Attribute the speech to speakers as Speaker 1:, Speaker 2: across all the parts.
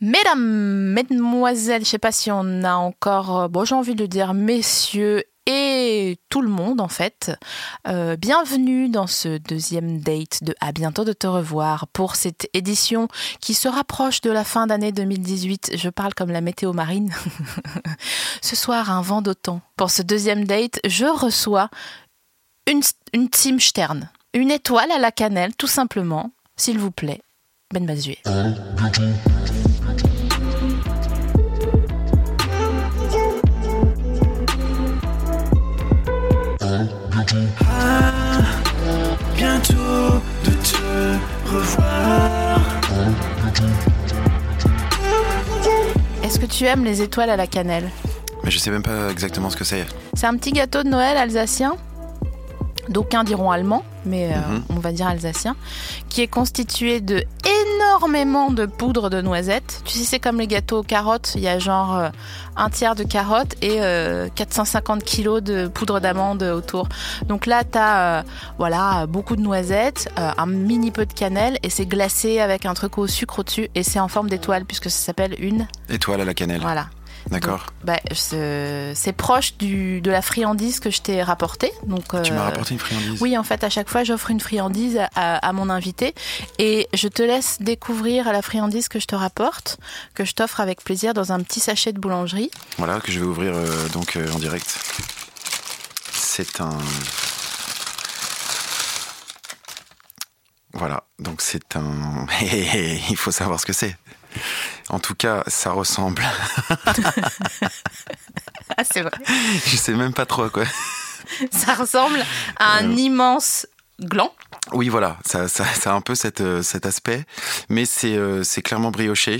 Speaker 1: Mesdames, mesdemoiselles, je sais pas si on a encore, euh, bon j'ai envie de dire messieurs et tout le monde en fait, Euh, bienvenue dans ce deuxième date de À bientôt de te revoir pour cette édition qui se rapproche de la fin d'année 2018. Je parle comme la météo marine. ce soir, un vent d'automne. Pour ce deuxième date, je reçois une, une team Stern, une étoile à la cannelle tout simplement, s'il vous plaît. Ben Bazué.
Speaker 2: bientôt de te revoir.
Speaker 1: Est-ce que tu aimes les étoiles à la cannelle
Speaker 2: Mais je sais même pas exactement ce que c'est.
Speaker 1: C'est un petit gâteau de Noël alsacien. D'aucuns diront allemand, mais euh,
Speaker 2: Mhm.
Speaker 1: on va dire alsacien, qui est constitué de énormément de poudre de noisettes. Tu sais, c'est comme les gâteaux aux carottes. Il y a genre euh, un tiers de carottes et euh, 450 kilos de poudre d'amande autour. Donc là, tu as voilà, beaucoup de noisettes, euh, un mini peu de cannelle et c'est glacé avec un truc au sucre au-dessus et c'est en forme d'étoile puisque ça s'appelle une.
Speaker 2: Étoile à la cannelle.
Speaker 1: Voilà.
Speaker 2: D'accord.
Speaker 1: Bah, c'est c'est proche du, de la friandise que je t'ai rapportée. Donc,
Speaker 2: Tu
Speaker 1: euh,
Speaker 2: m'as rapporté une friandise.
Speaker 1: Oui, en fait, à chaque fois, j'offre une friandise à- à, à mon invité et je te laisse découvrir la friandise que je te rapporte, que je t'offre avec plaisir dans un petit sachet de boulangerie.
Speaker 2: Voilà, que je vais ouvrir euh, donc euh, en direct. C'est un. Voilà, donc c'est un. Hé, hé, hé, Il faut savoir ce que c'est. En tout cas, ça ressemble.
Speaker 1: Ah, c'est vrai.
Speaker 2: je sais même pas trop à quoi.
Speaker 1: Ça ressemble à un
Speaker 2: Euh.
Speaker 1: immense gland.
Speaker 2: Oui, voilà, ça, ça, ça a un peu cette, euh, cet aspect, mais c'est euh, c'est clairement brioché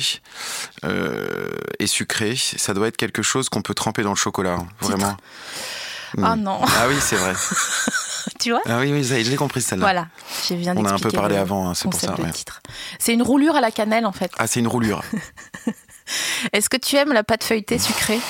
Speaker 2: euh, et sucré. Ça doit être quelque chose qu'on peut tremper dans le chocolat, hein, vraiment.
Speaker 1: Ah
Speaker 2: Mm.
Speaker 1: non,
Speaker 2: Ah oui, c'est vrai.
Speaker 1: tu vois
Speaker 2: Ah oui, oui, ça- je l'ai compris celle-là.
Speaker 1: Voilà, j'ai bien
Speaker 2: On a un peu
Speaker 1: expliqué
Speaker 2: parlé
Speaker 1: le
Speaker 2: avant, hein, c'est pour
Speaker 1: concept
Speaker 2: ça.
Speaker 1: de
Speaker 2: ouais.
Speaker 1: titre. C'est une roulure à la cannelle en fait.
Speaker 2: Ah, c'est une roulure.
Speaker 1: Est-ce que tu aimes la pâte feuilletée sucrée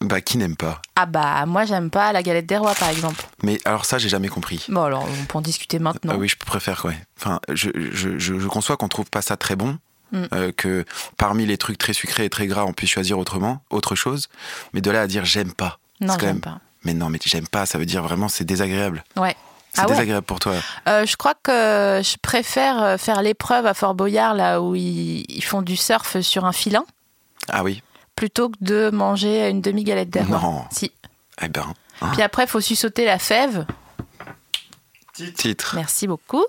Speaker 2: bah, qui n'aime pas
Speaker 1: Ah bah moi j'aime pas la galette des rois par exemple.
Speaker 2: Mais alors ça, j'ai jamais compris.
Speaker 1: Bon alors on peut en discuter maintenant.
Speaker 2: Ah oui, je préfère, ouais. Enfin, je, je, je, je conçois qu'on trouve pas ça très bon,
Speaker 1: Mm.
Speaker 2: euh, que parmi les trucs très sucrés et très gras, on puisse choisir autrement, autre chose, mais de là à dire j'aime pas.
Speaker 1: non
Speaker 2: c'est quand
Speaker 1: j'aime
Speaker 2: même-
Speaker 1: pas.
Speaker 2: Mais non, mais j'aime pas, ça veut dire vraiment c'est désagréable.
Speaker 1: Ouais.
Speaker 2: C'est
Speaker 1: Ah ouais.
Speaker 2: désagréable pour toi.
Speaker 1: Euh, je crois que je préfère euh, faire l'épreuve à Fort Boyard là où ils, ils font du surf sur un filin
Speaker 2: Ah oui
Speaker 1: plutôt que de manger une demi galette des rois.
Speaker 2: Non.
Speaker 1: Si.
Speaker 2: Eh ben,
Speaker 1: Puis après faut sucer la fève.
Speaker 2: titre.
Speaker 1: Merci beaucoup.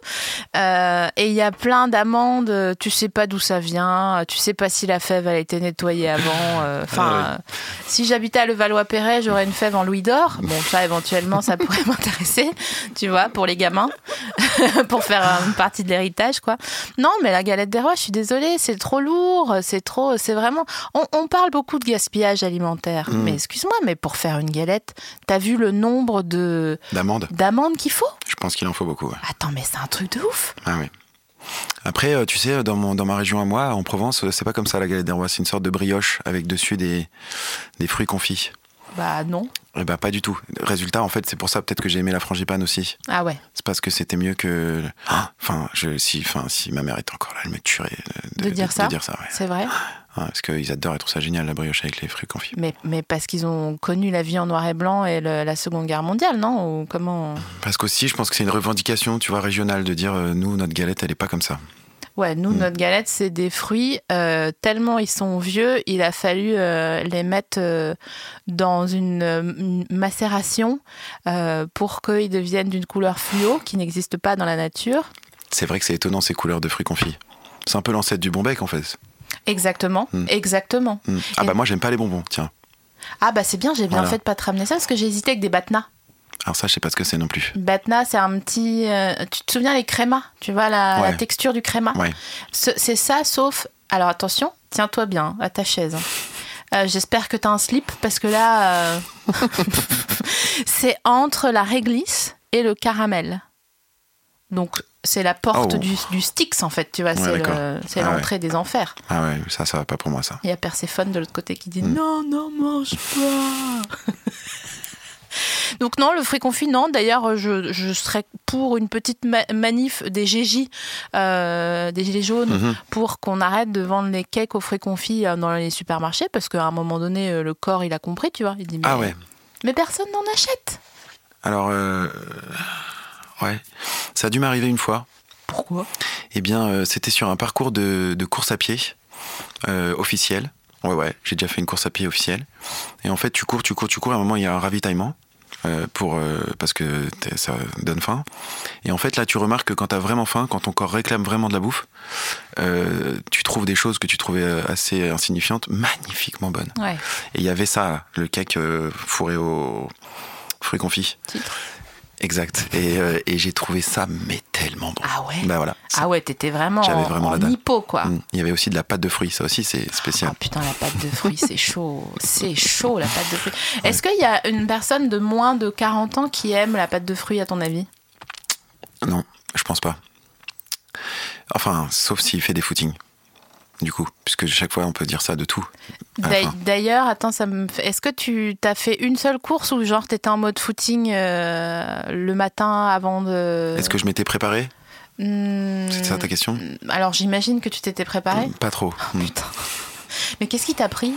Speaker 1: Euh, et il y a plein d'amandes. euh, Tu sais pas d'où ça vient. euh, Tu sais pas si la fève elle a été nettoyée avant. euh, Enfin,
Speaker 2: Ah
Speaker 1: euh, si j'habitais à Levallois-Perret, j'aurais une fève en louis d'or. Bon, ça éventuellement, ça pourrait m'intéresser. Tu vois, pour les gamins, pour faire une partie de l'héritage, quoi. Non, mais la galette des rois, je suis désolée, c'est trop lourd. C'est trop. C'est vraiment. On, on parle beaucoup de gaspillage alimentaire.
Speaker 2: Mm.
Speaker 1: Mais excuse-moi, mais pour faire une galette, t'as vu le nombre de
Speaker 2: D'amande,
Speaker 1: d'amandes qu'il faut
Speaker 2: je pense qu'il en faut beaucoup. ouais.
Speaker 1: Attends, mais c'est un truc de ouf
Speaker 2: Ah oui. Après, euh, tu sais, dans, mon, dans ma région à moi, en Provence, euh, c'est pas comme ça la galette des rois, c'est une sorte de brioche avec dessus des, des fruits confits.
Speaker 1: Bah non.
Speaker 2: Eh ben, pas du tout. Résultat, en fait, c'est pour ça peut-être que j'ai aimé la frangipane aussi.
Speaker 1: Ah ouais,
Speaker 2: C'est parce que c'était mieux que. Ah, Enfin, je, si, enfin, si ma mère était encore là, elle me tuerait euh,
Speaker 1: De dire ça
Speaker 2: De dire ça, ouais.
Speaker 1: c'est vrai.
Speaker 2: Ah, parce qu'ils adorent, ils trouvent ça génial, la brioche avec les fruits confits.
Speaker 1: Mais, mais parce qu'ils ont connu la vie en noir et blanc et le- la Seconde Guerre mondiale, non Ou comment
Speaker 2: Parce qu'aussi, je pense que c'est une revendication, tu vois, régionale, de dire, euh, nous, notre galette, elle est pas comme ça.
Speaker 1: Ouais, nous, notre galette, c'est des fruits. euh, tellement ils sont vieux, il a fallu euh, les mettre euh, dans une, euh, une macération euh, pour qu'ils deviennent d'une couleur fluo qui n'existe pas dans la nature.
Speaker 2: C'est vrai que c'est étonnant, ces couleurs de fruits confits. C'est un peu l'ancêtre du bonbec, en fait.
Speaker 1: Exactement,
Speaker 2: Mm.
Speaker 1: exactement.
Speaker 2: Hmm. Ah
Speaker 1: Et-
Speaker 2: bah moi j'aime pas les bonbons, tiens.
Speaker 1: Ah bah c'est bien, j'ai bien
Speaker 2: Voilà.
Speaker 1: fait de pas te ramener ça parce que j'ai hésité avec des batnas.
Speaker 2: Alors ça, je sais pas ce que c'est non plus.
Speaker 1: Batna, c'est un petit. euh, tu te souviens les crémas Tu vois la, la
Speaker 2: Ouais.
Speaker 1: texture du créma
Speaker 2: Ouais.
Speaker 1: Ce- C'est ça, sauf. Alors attention, tiens-toi bien à ta chaise. hein. Euh, J'espère que t'as un slip parce que là, euh, c'est entre la réglisse et le caramel. Donc c'est la porte
Speaker 2: Oh.
Speaker 1: du, du Styx en fait, tu vois,
Speaker 2: Ouais,
Speaker 1: c'est
Speaker 2: d'accord.
Speaker 1: le- c'est
Speaker 2: Ah ouais.
Speaker 1: l'entrée des enfers.
Speaker 2: Ah ouais, ça, ça va pas pour moi, ça.
Speaker 1: Il y a Perséphone de l'autre côté qui
Speaker 2: Mm.
Speaker 1: dit non, non, mange pas. Donc non, le fruit confit, non. D'ailleurs, je, je serais pour une petite ma- manif des GJ, euh, des Gilets jaunes,
Speaker 2: Mhm.
Speaker 1: pour qu'on arrête de vendre les cakes aux fruits confits euh, dans les supermarchés, parce qu'à un moment donné, euh, le corps, il a compris, tu vois. Il dit, mais,
Speaker 2: Ah ouais.
Speaker 1: mais personne n'en achète.
Speaker 2: Alors, euh, ouais, ça a dû m'arriver une fois.
Speaker 1: Pourquoi
Speaker 2: Eh bien, euh, c'était sur un parcours de, de course à pied euh, officiel. Ouais, ouais, j'ai déjà fait une course à pied officielle. Et en fait, tu cours, tu cours, tu cours. À un moment, il y a un ravitaillement euh, pour euh, parce que t'es- ça donne faim. Et en fait, là, tu remarques que quand t'as vraiment faim, quand ton corps réclame vraiment de la bouffe, euh, tu trouves des choses que tu trouvais euh, assez insignifiantes, magnifiquement bonnes.
Speaker 1: Ouais,
Speaker 2: Et il y avait ça, le cake euh, fourré au fruits confits.
Speaker 1: titre.
Speaker 2: Exact. Et, euh, et j'ai trouvé ça, mais tellement bon.
Speaker 1: Ah ouais
Speaker 2: Bah voilà.
Speaker 1: Ah ouais, t'étais vraiment,
Speaker 2: J'avais vraiment
Speaker 1: en
Speaker 2: la dalle.
Speaker 1: hypo, quoi.
Speaker 2: Mm. Il y avait aussi de la pâte de fruits, ça aussi c'est
Speaker 1: Ah
Speaker 2: spécial.
Speaker 1: putain, la pâte de fruits, c'est chaud. C'est chaud, la pâte de fruits. Est-ce qu'il y a une personne de moins de 40 ans qui aime la pâte de fruits, à ton avis
Speaker 2: Non,
Speaker 1: Ah.
Speaker 2: je pense pas. Enfin, sauf s'il fait des footings. Du coup, puisque chaque fois on peut dire ça de tout. À la
Speaker 1: D'a-
Speaker 2: fin.
Speaker 1: D'ailleurs, attends, ça me fait- est-ce que tu t'as fait une seule course ou genre t'étais en mode footing euh, le matin avant de.
Speaker 2: Est-ce que je m'étais préparé
Speaker 1: Hmm,
Speaker 2: C'est ça ta question
Speaker 1: Alors j'imagine que tu t'étais préparé.
Speaker 2: Mm, Pas trop. Mm.
Speaker 1: Putain. Mais qu'est-ce qui t'a pris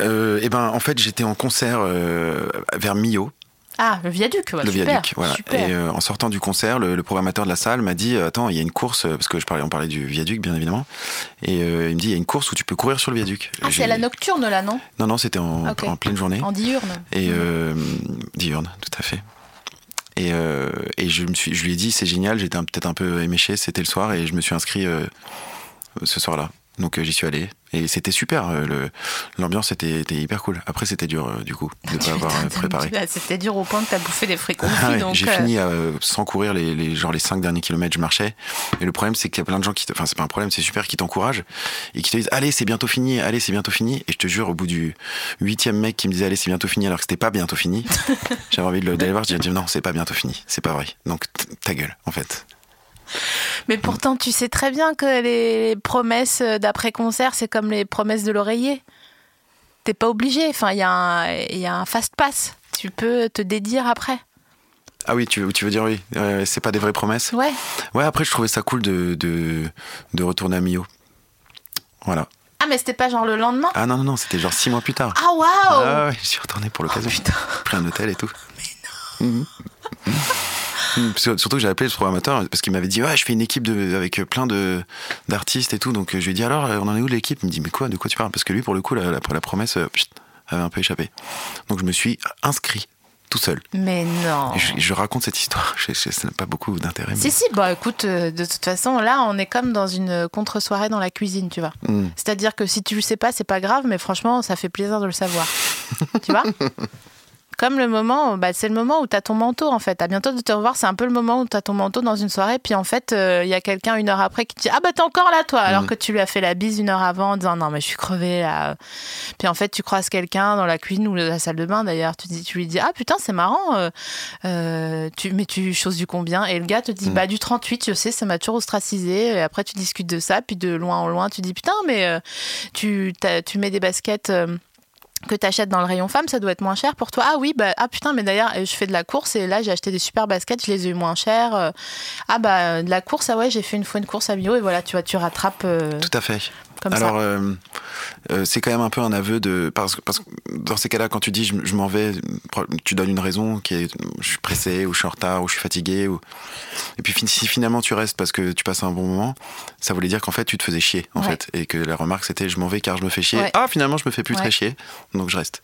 Speaker 2: Euh, eh ben, en fait, j'étais en concert euh, vers Millau,
Speaker 1: Ah, le viaduc, ouais,
Speaker 2: le
Speaker 1: super,
Speaker 2: viaduc. Voilà.
Speaker 1: super.
Speaker 2: Et euh, en sortant du concert, le, le programmateur de la salle m'a dit Attends, il y a une course, euh, parce que je parlais, on parlait du viaduc, bien évidemment. Et euh, il me dit Il y a une course où tu peux courir sur le viaduc.
Speaker 1: ah, c'est
Speaker 2: J'ai-
Speaker 1: à la nocturne là, non
Speaker 2: Non, non, c'était en,
Speaker 1: Ok.
Speaker 2: en pleine journée.
Speaker 1: En diurne.
Speaker 2: Et euh, diurne, tout à fait. Et, euh, et je, me suis, je lui ai dit, c'est génial, j'étais un- peut-être un peu éméché, c'était le soir, et je me suis inscrit euh, ce soir-là. Donc euh, j'y suis allé. Et c'était super, euh, le- l'ambiance était, était hyper cool. Après, c'était dur, euh, du coup, de ne
Speaker 1: Tu
Speaker 2: pas avoir
Speaker 1: m'étonnes,
Speaker 2: euh, préparé.
Speaker 1: tu- ah, C'était dur au point que t'as bouffé des fruits confits.
Speaker 2: Ah ouais,
Speaker 1: donc,
Speaker 2: j'ai
Speaker 1: euh,
Speaker 2: fini euh, sans courir les, les- genre les 5 derniers kilomètres, je marchais. Et le problème, c'est qu'il y a plein de gens qui. te- Enfin, c'est pas un problème, c'est super qui t'encouragent et qui te disent Allez, c'est bientôt fini, allez, c'est bientôt fini. Et je te jure, au bout du huitième mec qui me disait Allez, c'est bientôt fini alors que c'était pas bientôt fini, j'avais envie de le d'aller voir. J'ai dit Non, c'est pas bientôt fini, c'est pas vrai. Donc t- ta gueule, en fait.
Speaker 1: Mais pourtant, tu sais très bien que les promesses d'après-concert, c'est comme les promesses de l'oreiller. T'es pas obligé. Enfin, il y, a un- il y a un fast pass. Tu peux te dédire après.
Speaker 2: Ah oui, tu, veux- tu veux dire oui, euh, c'est pas des vraies promesses.
Speaker 1: Ouais.
Speaker 2: Ouais, après, je trouvais ça cool de, de, de retourner à Millau. Voilà.
Speaker 1: Ah, mais c'était pas genre le lendemain
Speaker 2: Ah non, non, non, c'était genre 6 mois plus tard.
Speaker 1: Ah, waouh
Speaker 2: Ah ouais, je suis retourné pour l'occasion.
Speaker 1: Oh, Putain.
Speaker 2: pris un hôtel et tout. Mhm. Mhm. Parce que- Surtout que j'ai appelé le programmateur parce qu'il m'avait dit ouais je fais une équipe de, avec plein de d'artistes et tout donc euh, je lui ai dit alors euh, on en est où de l'équipe il me dit mais quoi de quoi tu parles parce que lui pour le coup la, la- la promesse euh, pchit, avait un peu échappé donc je me suis inscrit tout seul
Speaker 1: Mais non.
Speaker 2: Et je, je raconte cette histoire Je- je- ça n'a pas beaucoup d'intérêt mais-
Speaker 1: Oh. Si, si, bah écoute, euh, de toute façon, là, on est comme dans une contre-soirée dans la cuisine, tu vois.
Speaker 2: Mhm.
Speaker 1: C'est-à-dire que si tu le sais pas, c'est pas grave, mais franchement, ça fait plaisir de le savoir. tu vois Comme le moment, bah, c'est le moment où tu as ton manteau en fait. À bientôt de te revoir, c'est un peu le moment où tu as ton manteau dans une soirée, puis en fait, euh, il y a quelqu'un une heure après qui te dit Ah bah t'es encore là toi Alors que tu lui as fait la bise une heure avant en disant Non mais je suis crevée là. Puis en fait, tu croises quelqu'un dans la cuisine ou la salle de bain d'ailleurs, tu, dis- tu lui dis Ah putain, c'est marrant, euh, euh, tu, mais tu choses du combien Et le gars te dit
Speaker 2: Mm.
Speaker 1: Bah du 38, je sais, ça m'a toujours ostracisé. Et après, tu discutes de ça, puis de loin en loin, tu dis Putain, mais euh, tu, t'as- tu mets des baskets. euh, que tu achètes dans le rayon femme, ça doit être moins cher pour toi. Ah oui, bah ah putain, mais d'ailleurs, euh, je fais de la course et là, j'ai acheté des super baskets, je les ai eu moins chères. Euh, Ah bah, euh, de la course, ah ouais, j'ai fait une fois une course à bio et voilà, tu vois, tu rattrapes euh,
Speaker 2: tout à fait
Speaker 1: comme
Speaker 2: Alors,
Speaker 1: ça.
Speaker 2: euh, euh, c'est quand même un peu un aveu de. Parce, que- parce que dans ces cas-là, quand tu dis je, je m'en vais, pro- tu donnes une raison qui est je suis pressé, ou je suis en retard, ou je suis fatigué. Ou... Et puis fin- si finalement tu restes parce que tu passes un bon moment, ça voulait dire qu'en fait tu te faisais chier, en
Speaker 1: Ouais.
Speaker 2: fait. Et que la remarque c'était je m'en vais car je me fais chier.
Speaker 1: Ouais.
Speaker 2: Ah, finalement je me fais plus
Speaker 1: Ouais.
Speaker 2: très chier, donc je reste.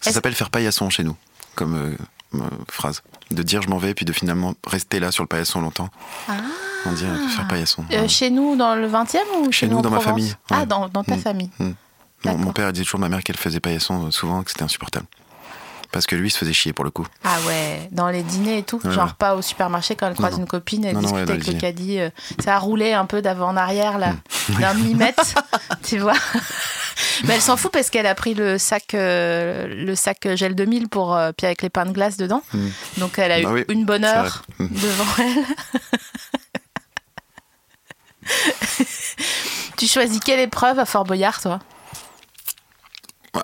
Speaker 2: Ça
Speaker 1: Est-ce-
Speaker 2: s'appelle faire paillasson chez nous, comme euh, euh, phrase. De dire je m'en vais, puis de finalement rester là sur le paillasson longtemps.
Speaker 1: Ah.
Speaker 2: On dit euh, faire paillasson.
Speaker 1: Euh,
Speaker 2: Ouais.
Speaker 1: Chez nous, dans le 20e ou chez,
Speaker 2: Chez nous,
Speaker 1: en
Speaker 2: dans ma
Speaker 1: Provence
Speaker 2: famille, ouais.
Speaker 1: Ah, dans, dans ta
Speaker 2: Mm.
Speaker 1: famille.
Speaker 2: Mm. Mon, mon
Speaker 1: D'accord.
Speaker 2: père il disait toujours à ma mère qu'elle faisait paillasson euh, souvent, que c'était insupportable. Parce que lui, il se faisait chier pour le coup.
Speaker 1: Ah ouais, dans les dîners et tout,
Speaker 2: Ouais,
Speaker 1: genre
Speaker 2: ouais.
Speaker 1: pas au supermarché quand elle croise
Speaker 2: non.
Speaker 1: une copine, elle
Speaker 2: Non, non,
Speaker 1: discute
Speaker 2: ouais, dans
Speaker 1: avec
Speaker 2: les
Speaker 1: le caddie, euh, ça a roulé un peu d'avant en arrière là,
Speaker 2: Mm.
Speaker 1: d'un millimètre, tu vois. Mais elle s'en fout parce qu'elle a pris le sac, euh, le sac gel 2000 pour euh, puis avec les pains de glace dedans,
Speaker 2: Mm.
Speaker 1: donc elle a
Speaker 2: Bah
Speaker 1: eu
Speaker 2: oui,
Speaker 1: une bonne
Speaker 2: c'est
Speaker 1: heure
Speaker 2: vrai. Mm.
Speaker 1: devant elle. tu choisis quelle épreuve à Fort Boyard, toi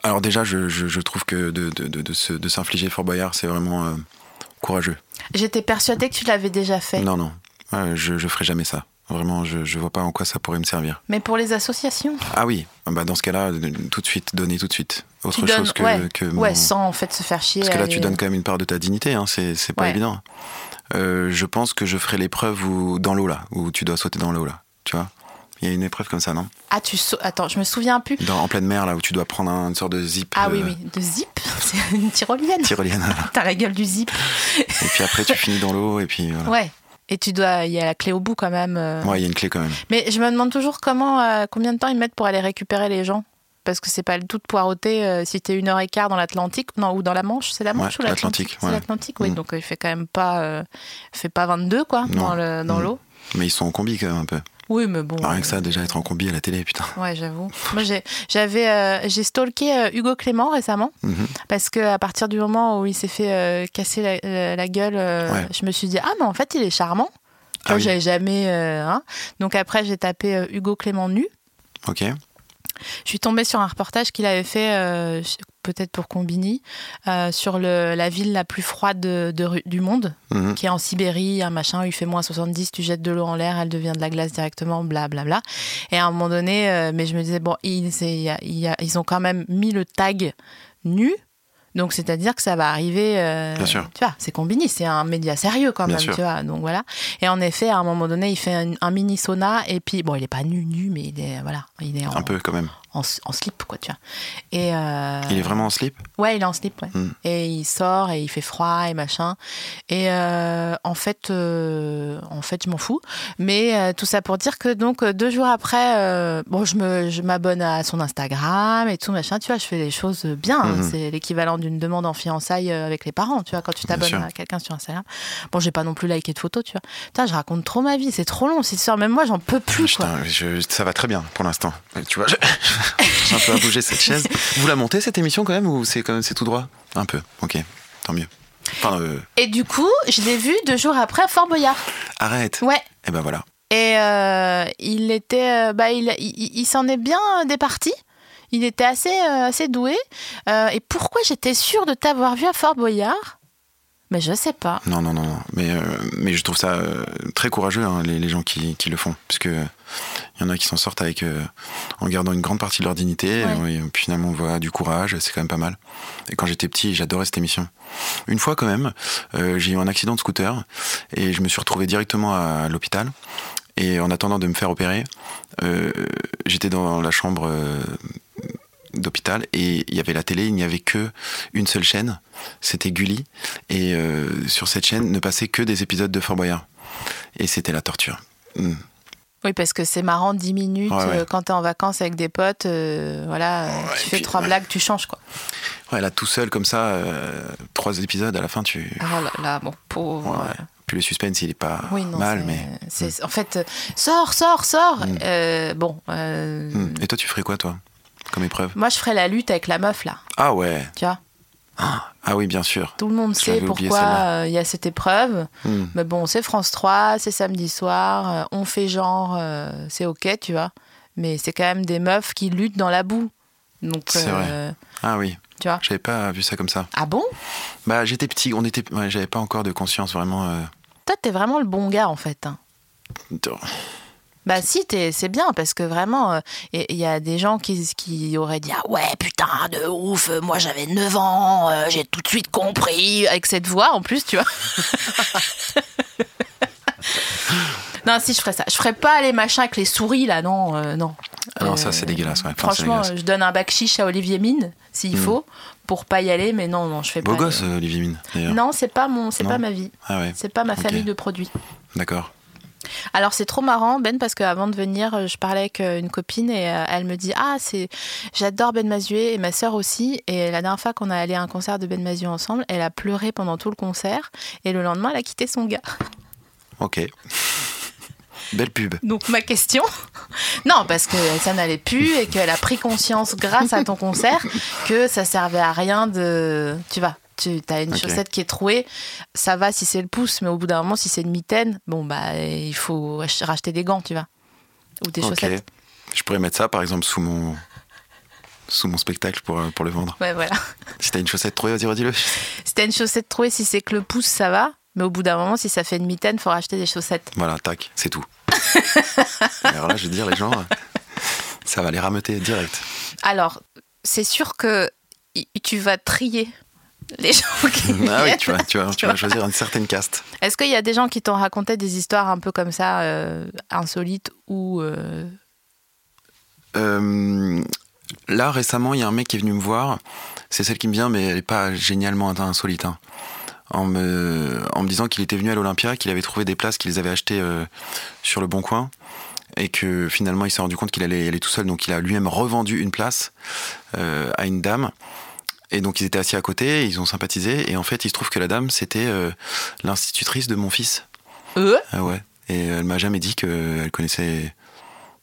Speaker 2: Alors déjà, je, je- je trouve que de, de, de, de se- de s'infliger Fort Boyard, c'est vraiment euh, courageux.
Speaker 1: J'étais persuadée que tu l'avais déjà fait,
Speaker 2: Non, non, Euh, je, je ferai jamais ça. Vraiment, je, je vois pas en quoi ça pourrait me servir.
Speaker 1: mais pour les associations.
Speaker 2: Ah oui, bah dans ce cas-là, de- de- tout de suite, donner tout de suite. Autre
Speaker 1: tu donnes,
Speaker 2: chose que,
Speaker 1: ouais,
Speaker 2: que
Speaker 1: ouais,
Speaker 2: mon-
Speaker 1: sans en fait se faire chier.
Speaker 2: Parce que là,
Speaker 1: aller-
Speaker 2: tu donnes quand même une part de ta dignité, hein, c'est c'est pas
Speaker 1: Ouais.
Speaker 2: évident. Euh, je pense que je ferai l'épreuve où, dans l'eau, là, où tu dois sauter dans l'eau, là. Tu vois Il y a une épreuve comme ça, non
Speaker 1: Ah, tu sau- attends, je me souviens plus.
Speaker 2: dans, En pleine mer, là, où tu dois prendre un- une sorte de zip.
Speaker 1: Ah
Speaker 2: euh,
Speaker 1: oui, oui, de zip, c'est une tyrolienne.
Speaker 2: Tyrolienne. voilà.
Speaker 1: T'as la gueule du zip.
Speaker 2: et puis après, tu finis dans l'eau, et puis voilà.
Speaker 1: Ouais. Et tu dois, il y a la clé au bout quand même. euh.
Speaker 2: Ouais, il y a une clé quand même.
Speaker 1: Mais je me demande toujours comment, euh, combien de temps ils mettent pour aller récupérer les gens. Parce que c'est pas le tout de poireauter euh, si t'es une heure et quart dans l'Atlantique, non, ou dans la Manche, c'est la Manche
Speaker 2: Ouais,
Speaker 1: ou l'Atlantique
Speaker 2: l'Atlantique,
Speaker 1: C'est
Speaker 2: ouais.
Speaker 1: l'Atlantique, oui.
Speaker 2: Mm.
Speaker 1: Donc euh, il fait quand même pas, euh, il fait pas 22 quoi,
Speaker 2: Non.
Speaker 1: dans le- dans
Speaker 2: Mm.
Speaker 1: l'eau.
Speaker 2: Mais ils sont en combi quand même un peu.
Speaker 1: Oui, mais bon.
Speaker 2: Bah, rien que
Speaker 1: euh,
Speaker 2: ça, déjà être en combi à la télé, putain.
Speaker 1: Ouais, j'avoue. Moi, j'ai- j'avais, euh, j'ai stalké euh, Hugo Clément récemment
Speaker 2: Mhm.
Speaker 1: parce que à partir du moment où il s'est fait euh, casser la, la- la gueule, euh,
Speaker 2: Ouais.
Speaker 1: je me suis dit ah mais en fait il est charmant. Tu
Speaker 2: Ah
Speaker 1: vois,
Speaker 2: oui.
Speaker 1: J'avais jamais. euh, hein. Donc après j'ai tapé euh, Hugo Clément nu.
Speaker 2: Ok.
Speaker 1: Je suis tombée sur un reportage qu'il avait fait euh, je- peut-être pour Combini euh, sur le- la ville la plus froide de- de Ru- du monde
Speaker 2: Mhm.
Speaker 1: qui est en Sibérie, un machin, il fait moins 70, tu jettes de l'eau en l'air, elle devient de la glace directement, blablabla. Bla, bla. Et à un moment donné, euh, mais je me disais, bon, ils, c'est- il y a- il y a- ils ont quand même mis le tag nu. Donc, c'est-à-dire que ça va arriver. euh,
Speaker 2: Bien sûr.
Speaker 1: Tu vois, c'est Combini, c'est un média sérieux quand
Speaker 2: Bien
Speaker 1: même,
Speaker 2: sûr.
Speaker 1: tu vois. Donc, voilà. Et en effet, à un moment donné, il fait un, un mini sauna, et puis, bon, il est pas nu, nu, mais il est, voilà, il est en,
Speaker 2: Un peu quand même.
Speaker 1: en, en slip, quoi, tu vois. Et, euh,
Speaker 2: Il est vraiment en slip
Speaker 1: Ouais, il est en slip, ouais.
Speaker 2: Mm.
Speaker 1: Et il sort et il fait froid et machin. Et euh, en fait, euh, en fait, je m'en fous. Mais euh, tout ça pour dire que donc euh, deux jours après, euh, bon, je me, je m'abonne à son Instagram et tout machin. Tu vois, je fais les choses bien. hein.
Speaker 2: Mhm.
Speaker 1: C'est l'équivalent d'une demande en fiançailles euh, avec les parents. Tu vois, quand tu
Speaker 2: Bien
Speaker 1: t'abonnes
Speaker 2: sûr.
Speaker 1: à quelqu'un sur Instagram. Bon, j'ai pas non plus liké de photos. Tu vois. Putain, je raconte trop ma vie. C'est trop long cette histoire. Même moi, j'en peux plus. Quoi.
Speaker 2: Putain, je- ça va très bien pour l'instant. Tu vois, je- j'ai un peu à bouger cette chaise. Vous la montez cette émission quand même ou c'est quand même c'est tout droit Un peu. Ok, tant mieux. Enfin, euh,
Speaker 1: Et du coup, je l'ai vu deux jours après à Fort Boyard.
Speaker 2: arrête.
Speaker 1: Ouais.
Speaker 2: Et ben voilà.
Speaker 1: Et euh, il était, euh, bah, il, il- il- il s'en est bien euh, départi. Il était assez, euh, assez doué. Euh, et pourquoi j'étais sûre de t'avoir vu à Fort Boyard Mais je sais pas.
Speaker 2: Non, non, non. non. Mais euh, mais je trouve ça euh, très courageux hein, les, les gens qui, qui le font, parce que il y en a qui s'en sortent avec euh, en gardant une grande partie de leur dignité.
Speaker 1: Ouais.
Speaker 2: Et oui, puis finalement, on voit du courage. C'est quand même pas mal. Et quand j'étais petit, j'adorais cette émission. Une fois quand même, euh, j'ai eu un accident de scooter et je me suis retrouvé directement à l'hôpital. Et en attendant de me faire opérer, euh, j'étais dans la chambre euh, d'hôpital et il y avait la télé, il n'y avait que une seule chaîne, c'était Gulli. Et euh, sur cette chaîne ne passaient que des épisodes de Fort Boyard. Et c'était la torture. Mm.
Speaker 1: Oui, parce que c'est marrant, 10 minutes,
Speaker 2: Ouais, ouais.
Speaker 1: euh, quand t'es en vacances avec des potes, euh, voilà, euh,
Speaker 2: Ouais,
Speaker 1: tu
Speaker 2: et
Speaker 1: fais
Speaker 2: puis,
Speaker 1: trois
Speaker 2: ouais.
Speaker 1: blagues, tu changes, quoi.
Speaker 2: Ouais, là, tout seul, comme ça, euh, trois épisodes, à la fin, tu.
Speaker 1: Oh là là, bon, pauvre.
Speaker 2: Ouais,
Speaker 1: euh,
Speaker 2: Puis le suspense, il est pas
Speaker 1: Oui, non,
Speaker 2: mal,
Speaker 1: c'est-
Speaker 2: mais.
Speaker 1: c'est- En fait, euh, sors, sors, sors
Speaker 2: Mm.
Speaker 1: Euh, Bon, euh,
Speaker 2: Mm. Et toi, tu ferais quoi, toi, comme épreuve
Speaker 1: moi, je ferais la lutte avec la meuf, là,
Speaker 2: Ah ouais
Speaker 1: tu vois.
Speaker 2: Ah oui, bien sûr.
Speaker 1: Tout le monde
Speaker 2: Je
Speaker 1: sait
Speaker 2: l'avais oublié,
Speaker 1: pourquoi
Speaker 2: celle-là.
Speaker 1: euh, il y a cette épreuve.
Speaker 2: Mm.
Speaker 1: Mais bon, c'est France 3, c'est samedi soir, euh, on fait genre, euh, c'est ok, tu vois. Mais c'est quand même des meufs qui luttent dans la boue. Donc,
Speaker 2: C'est
Speaker 1: euh,
Speaker 2: Ah oui,
Speaker 1: tu vois.
Speaker 2: j'avais pas vu ça comme ça.
Speaker 1: Ah bon
Speaker 2: Bah, j'étais petit, on était. ouais, j'avais pas encore de conscience vraiment. euh,
Speaker 1: Toi, t'es vraiment le bon gars, en fait. hein.
Speaker 2: de-
Speaker 1: Bah si, t'es- c'est bien, parce que vraiment, euh, et- il y a des gens qui, qui auraient dit « Ah ouais, putain, de ouf, euh, moi j'avais 9 ans, euh, j'ai tout de suite compris », avec cette voix en plus, tu vois. non, si, je ferais ça. Je ferais pas les machins avec les souris, là, non, euh, non.
Speaker 2: Non,
Speaker 1: Euh,
Speaker 2: ça, c'est dégueulasse, ouais. Enfin, c'est
Speaker 1: Franchement, euh,
Speaker 2: dégueulasse.
Speaker 1: je donne un bac chiche à Olivier Mine, s'il faut, pour pas y aller, mais non, non, je fais
Speaker 2: Hmm. Beau
Speaker 1: pas.
Speaker 2: gosse, euh, Olivier Mine, d'ailleurs.
Speaker 1: Non, c'est pas mon, c'est
Speaker 2: Non.
Speaker 1: pas ma vie.
Speaker 2: Ah ouais,
Speaker 1: C'est pas ma
Speaker 2: Ok.
Speaker 1: famille de produits.
Speaker 2: d'accord.
Speaker 1: Alors c'est trop marrant Ben parce qu'avant de venir euh, je parlais avec une copine et euh, elle me dit ah c'est j'adore Ben Mazué et ma sœur aussi et la dernière fois qu'on a allé à un concert de Ben Mazué ensemble elle a pleuré pendant tout le concert et le lendemain elle a quitté son gars.
Speaker 2: Ok. Belle pub.
Speaker 1: Donc ma question, non parce que ça n'allait plus et qu'elle a pris conscience grâce à ton concert que ça servait à rien de, tu vois, tu as une
Speaker 2: Ok.
Speaker 1: chaussette qui est trouée, ça va si c'est le pouce, mais au bout d'un moment si c'est une mitaine, bon bah il faut ach- racheter des gants, tu vois, ou des
Speaker 2: Ok.
Speaker 1: chaussettes.
Speaker 2: Je pourrais mettre ça, par exemple, sous mon, sous mon spectacle pour, euh, pour le vendre.
Speaker 1: Ouais voilà.
Speaker 2: Si t'as une chaussette trouée, vas-y, redis-le.
Speaker 1: Si t'as une chaussette trouée, si c'est que le pouce ça va, mais au bout d'un moment si ça fait une mitaine, faut racheter des chaussettes.
Speaker 2: Voilà, tac, c'est tout. Alors là, je vais dire, les gens, euh, ça va les rameuter direct.
Speaker 1: Alors c'est sûr que i- tu vas trier les gens qui
Speaker 2: Ah oui,
Speaker 1: viennent.
Speaker 2: tu vas, tu vas, tu vas choisir une certaine caste.
Speaker 1: Est-ce qu'il y a des gens qui t'ont raconté des histoires un peu comme ça, euh, insolites ou. euh,
Speaker 2: Euh, là, récemment, il y a un mec qui est venu me voir. C'est celle qui me vient, mais elle n'est pas génialement insolite. hein. En, me, en me disant qu'il était venu à l'Olympia, qu'il avait trouvé des places qu'il avait achetées euh, sur le Bon Coin. Et que finalement, il s'est rendu compte qu'il allait y aller tout seul. Donc, il a lui-même revendu une place euh, à une dame. Et donc, ils étaient assis à côté, ils ont sympathisé. Et en fait, il se trouve que la dame, c'était euh, l'institutrice de mon fils.
Speaker 1: eux
Speaker 2: Ah ouais. Et elle m'a jamais dit qu'elle connaissait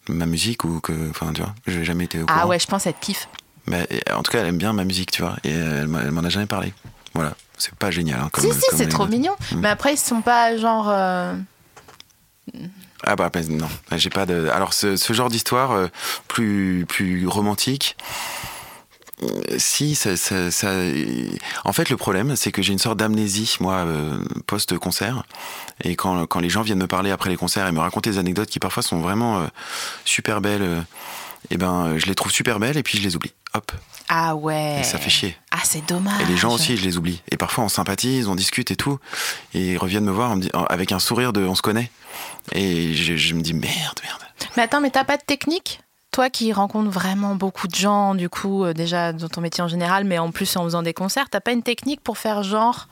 Speaker 2: ma musique ou que. Enfin, tu vois, j'ai jamais été au courant.
Speaker 1: Ah ouais, je pense être kiff.
Speaker 2: Mais et, en tout cas, elle aime bien ma musique, tu vois. Et elle m'a- elle m'en a jamais parlé. Voilà. C'est pas génial. hein, comme,
Speaker 1: Si, si,
Speaker 2: comme
Speaker 1: c'est trop
Speaker 2: anecdote.
Speaker 1: mignon.
Speaker 2: Mm.
Speaker 1: Mais après, ils sont pas genre. euh,
Speaker 2: Ah bah, bah, non, j'ai pas de. Alors ce, ce genre d'histoire euh, plus plus romantique. euh, Si, ça, ça- ça- en fait, le problème, c'est que j'ai une sorte d'amnésie, moi, euh, post-concert. Et quand, quand les gens viennent me parler après les concerts et me raconter des anecdotes qui parfois sont vraiment euh, super belles, euh, eh ben, euh, je les trouve super belles et puis je les oublie. Hop,
Speaker 1: Ah ouais.
Speaker 2: et ça fait chier.
Speaker 1: Ah, c'est dommage.
Speaker 2: Et les gens aussi, je les oublie. Et parfois, on sympathise, on discute et tout. Et ils reviennent me voir on me dit- avec un sourire de on se connaît. Et je, je me dis merde, merde.
Speaker 1: Mais attends, mais t'as pas de technique toi qui rencontres vraiment beaucoup de gens, du coup, euh, déjà dans ton métier en général, mais en plus en faisant des concerts, t'as pas une technique pour faire genre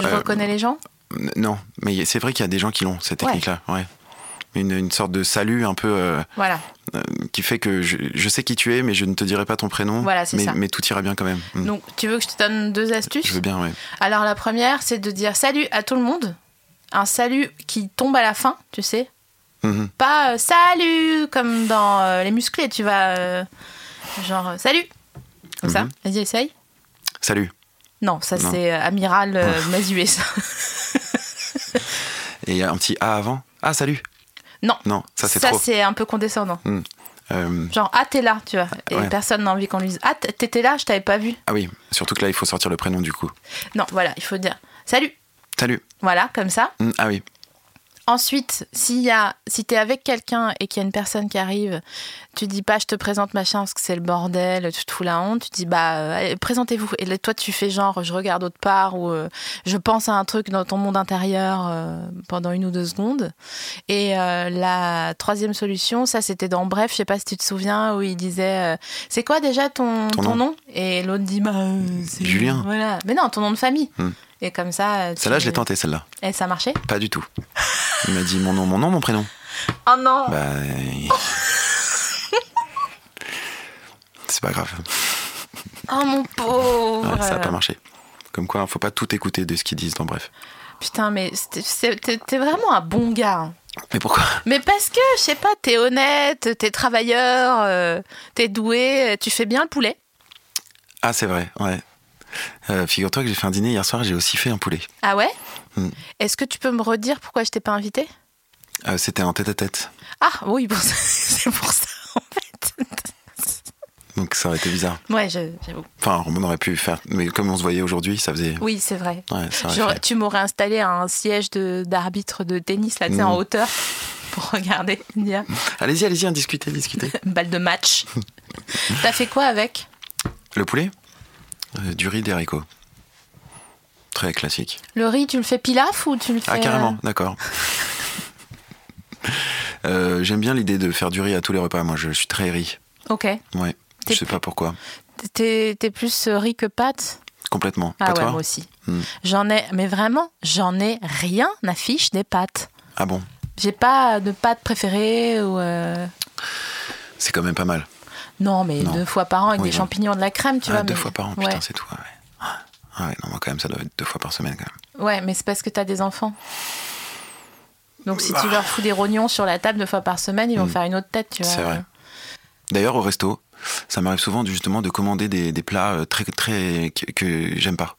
Speaker 1: je
Speaker 2: Euh,
Speaker 1: reconnais les gens
Speaker 2: N- Non, mais y- c'est vrai qu'il y a des gens qui l'ont, cette technique-là. Ouais. Une, une sorte de salut un peu euh,
Speaker 1: Voilà.
Speaker 2: euh, qui fait que je, je sais qui tu es, mais je ne te dirai pas ton prénom.
Speaker 1: Voilà, c'est
Speaker 2: mais,
Speaker 1: ça.
Speaker 2: mais tout ira bien quand même. Mm.
Speaker 1: Donc, tu veux que je te donne deux astuces
Speaker 2: Je veux bien, ouais.
Speaker 1: Alors la première, c'est de dire salut à tout le monde. Un salut qui tombe à la fin, tu sais.
Speaker 2: Mhm.
Speaker 1: Pas euh, salut comme dans euh, les musclés, tu vas euh, genre euh, salut. Comme ça.
Speaker 2: Mhm.
Speaker 1: Vas-y, essaye.
Speaker 2: Salut.
Speaker 1: Non, ça
Speaker 2: Non.
Speaker 1: c'est euh, amiral euh, Mazué, ça.
Speaker 2: Et il y a un petit A avant. Ah, salut.
Speaker 1: Non.
Speaker 2: Non, ça c'est
Speaker 1: Ça
Speaker 2: trop.
Speaker 1: c'est un peu condescendant.
Speaker 2: Euh,
Speaker 1: Genre ah t'es là, tu vois. Et
Speaker 2: Ouais.
Speaker 1: personne n'a envie qu'on lui dise ah t- t'étais là, je t'avais pas vu.
Speaker 2: ah oui, surtout que là, il faut sortir le prénom du coup.
Speaker 1: Non, voilà, il faut dire salut.
Speaker 2: Salut.
Speaker 1: Voilà, comme ça.
Speaker 2: Mm, Ah oui.
Speaker 1: Ensuite, s'il y a, si t'es avec quelqu'un et qu'il y a une personne qui arrive, tu dis pas je te présente machin parce que c'est le bordel, tu te fous la honte, tu dis bah euh, allez, présentez-vous. Et là, toi tu fais genre je regarde autre part ou euh, je pense à un truc dans ton monde intérieur euh, pendant une ou deux secondes. Et euh, la troisième solution, ça c'était dans Bref, je sais pas si tu te souviens où il disait euh, c'est quoi déjà ton,
Speaker 2: Ton
Speaker 1: ton nom, et l'autre dit bah euh, c'est
Speaker 2: Julien.
Speaker 1: Voilà, mais non ton nom de famille.
Speaker 2: Hmm.
Speaker 1: Et comme ça. euh, tu-
Speaker 2: Celle-là, je l'ai tentée, celle-là.
Speaker 1: Et ça marchait
Speaker 2: Pas du tout. Il m'a dit mon nom, mon nom, mon prénom.
Speaker 1: Oh non.
Speaker 2: Bah. C'est pas grave.
Speaker 1: Oh mon pauvre
Speaker 2: Ouais, Ah, ça a pas marché. Comme quoi, hein, faut pas tout écouter de ce qu'ils disent, dans bref.
Speaker 1: Putain, mais c'était- c'est- t'es t'es vraiment un bon gars. hein.
Speaker 2: Mais pourquoi
Speaker 1: Mais parce que, je sais pas, t'es honnête, t'es travailleur, euh, t'es doué, euh, tu fais bien le poulet.
Speaker 2: Ah, c'est vrai, ouais. Euh, Figure-toi que j'ai fait un dîner hier soir, j'ai aussi fait un poulet.
Speaker 1: Ah ouais
Speaker 2: Hmm.
Speaker 1: Est-ce que tu peux me redire pourquoi je t'ai pas invité
Speaker 2: Euh, C'était en tête à tête,
Speaker 1: Ah oui, bon, c'est pour ça, en fait.
Speaker 2: donc ça aurait été bizarre.
Speaker 1: Ouais, je- j'avoue.
Speaker 2: Enfin, on aurait pu faire, mais comme on se voyait aujourd'hui, ça faisait.
Speaker 1: Oui, c'est vrai.
Speaker 2: Ah, Ouais, ça aurait
Speaker 1: J'aurais-
Speaker 2: fait-
Speaker 1: tu m'aurais installé un siège de- d'arbitre de, tennis, là, tu sais,
Speaker 2: Hmm.
Speaker 1: en hauteur, pour regarder, dire,
Speaker 2: Allez-y, allez-y, hein, discutez, discutez.
Speaker 1: balle de match. T'as fait quoi avec
Speaker 2: Le poulet Euh, Du riz, des haricots. Très classique.
Speaker 1: Le riz, tu le fais pilaf ou tu le fais.
Speaker 2: Ah,
Speaker 1: euh,
Speaker 2: carrément, d'accord. Euh, J'aime bien l'idée de faire du riz à tous les repas. Moi, je suis très riz.
Speaker 1: Ok.
Speaker 2: Ouais.
Speaker 1: T'es-
Speaker 2: Je sais pas pourquoi.
Speaker 1: T'es t'es plus euh, riz que pâte
Speaker 2: Complètement.
Speaker 1: Ah
Speaker 2: pas
Speaker 1: ouais,
Speaker 2: toi
Speaker 1: moi aussi.
Speaker 2: Hmm.
Speaker 1: J'en ai, mais vraiment, j'en ai rien à fiche des pâtes.
Speaker 2: Ah bon
Speaker 1: J'ai pas de pâte préférée ou. euh,
Speaker 2: C'est quand même pas mal.
Speaker 1: Non, mais
Speaker 2: Non.
Speaker 1: deux fois par an avec
Speaker 2: Oui,
Speaker 1: des
Speaker 2: non.
Speaker 1: champignons, de la crème, tu
Speaker 2: Ah,
Speaker 1: vois.
Speaker 2: deux
Speaker 1: mais-
Speaker 2: fois par an,
Speaker 1: ouais.
Speaker 2: putain, c'est tout. ah ouais. Ah ouais, non, moi, quand même, ça doit être deux fois par semaine, quand même.
Speaker 1: Ouais, mais c'est parce que t'as des enfants. Donc si tu
Speaker 2: Ah.
Speaker 1: leur fous des rognons sur la table deux fois par semaine, ils vont
Speaker 2: Mm.
Speaker 1: faire une autre tête, tu vois.
Speaker 2: C'est vrai. D'ailleurs, au resto, ça m'arrive souvent de- justement de commander des, des plats euh, très, très, que, que j'aime pas.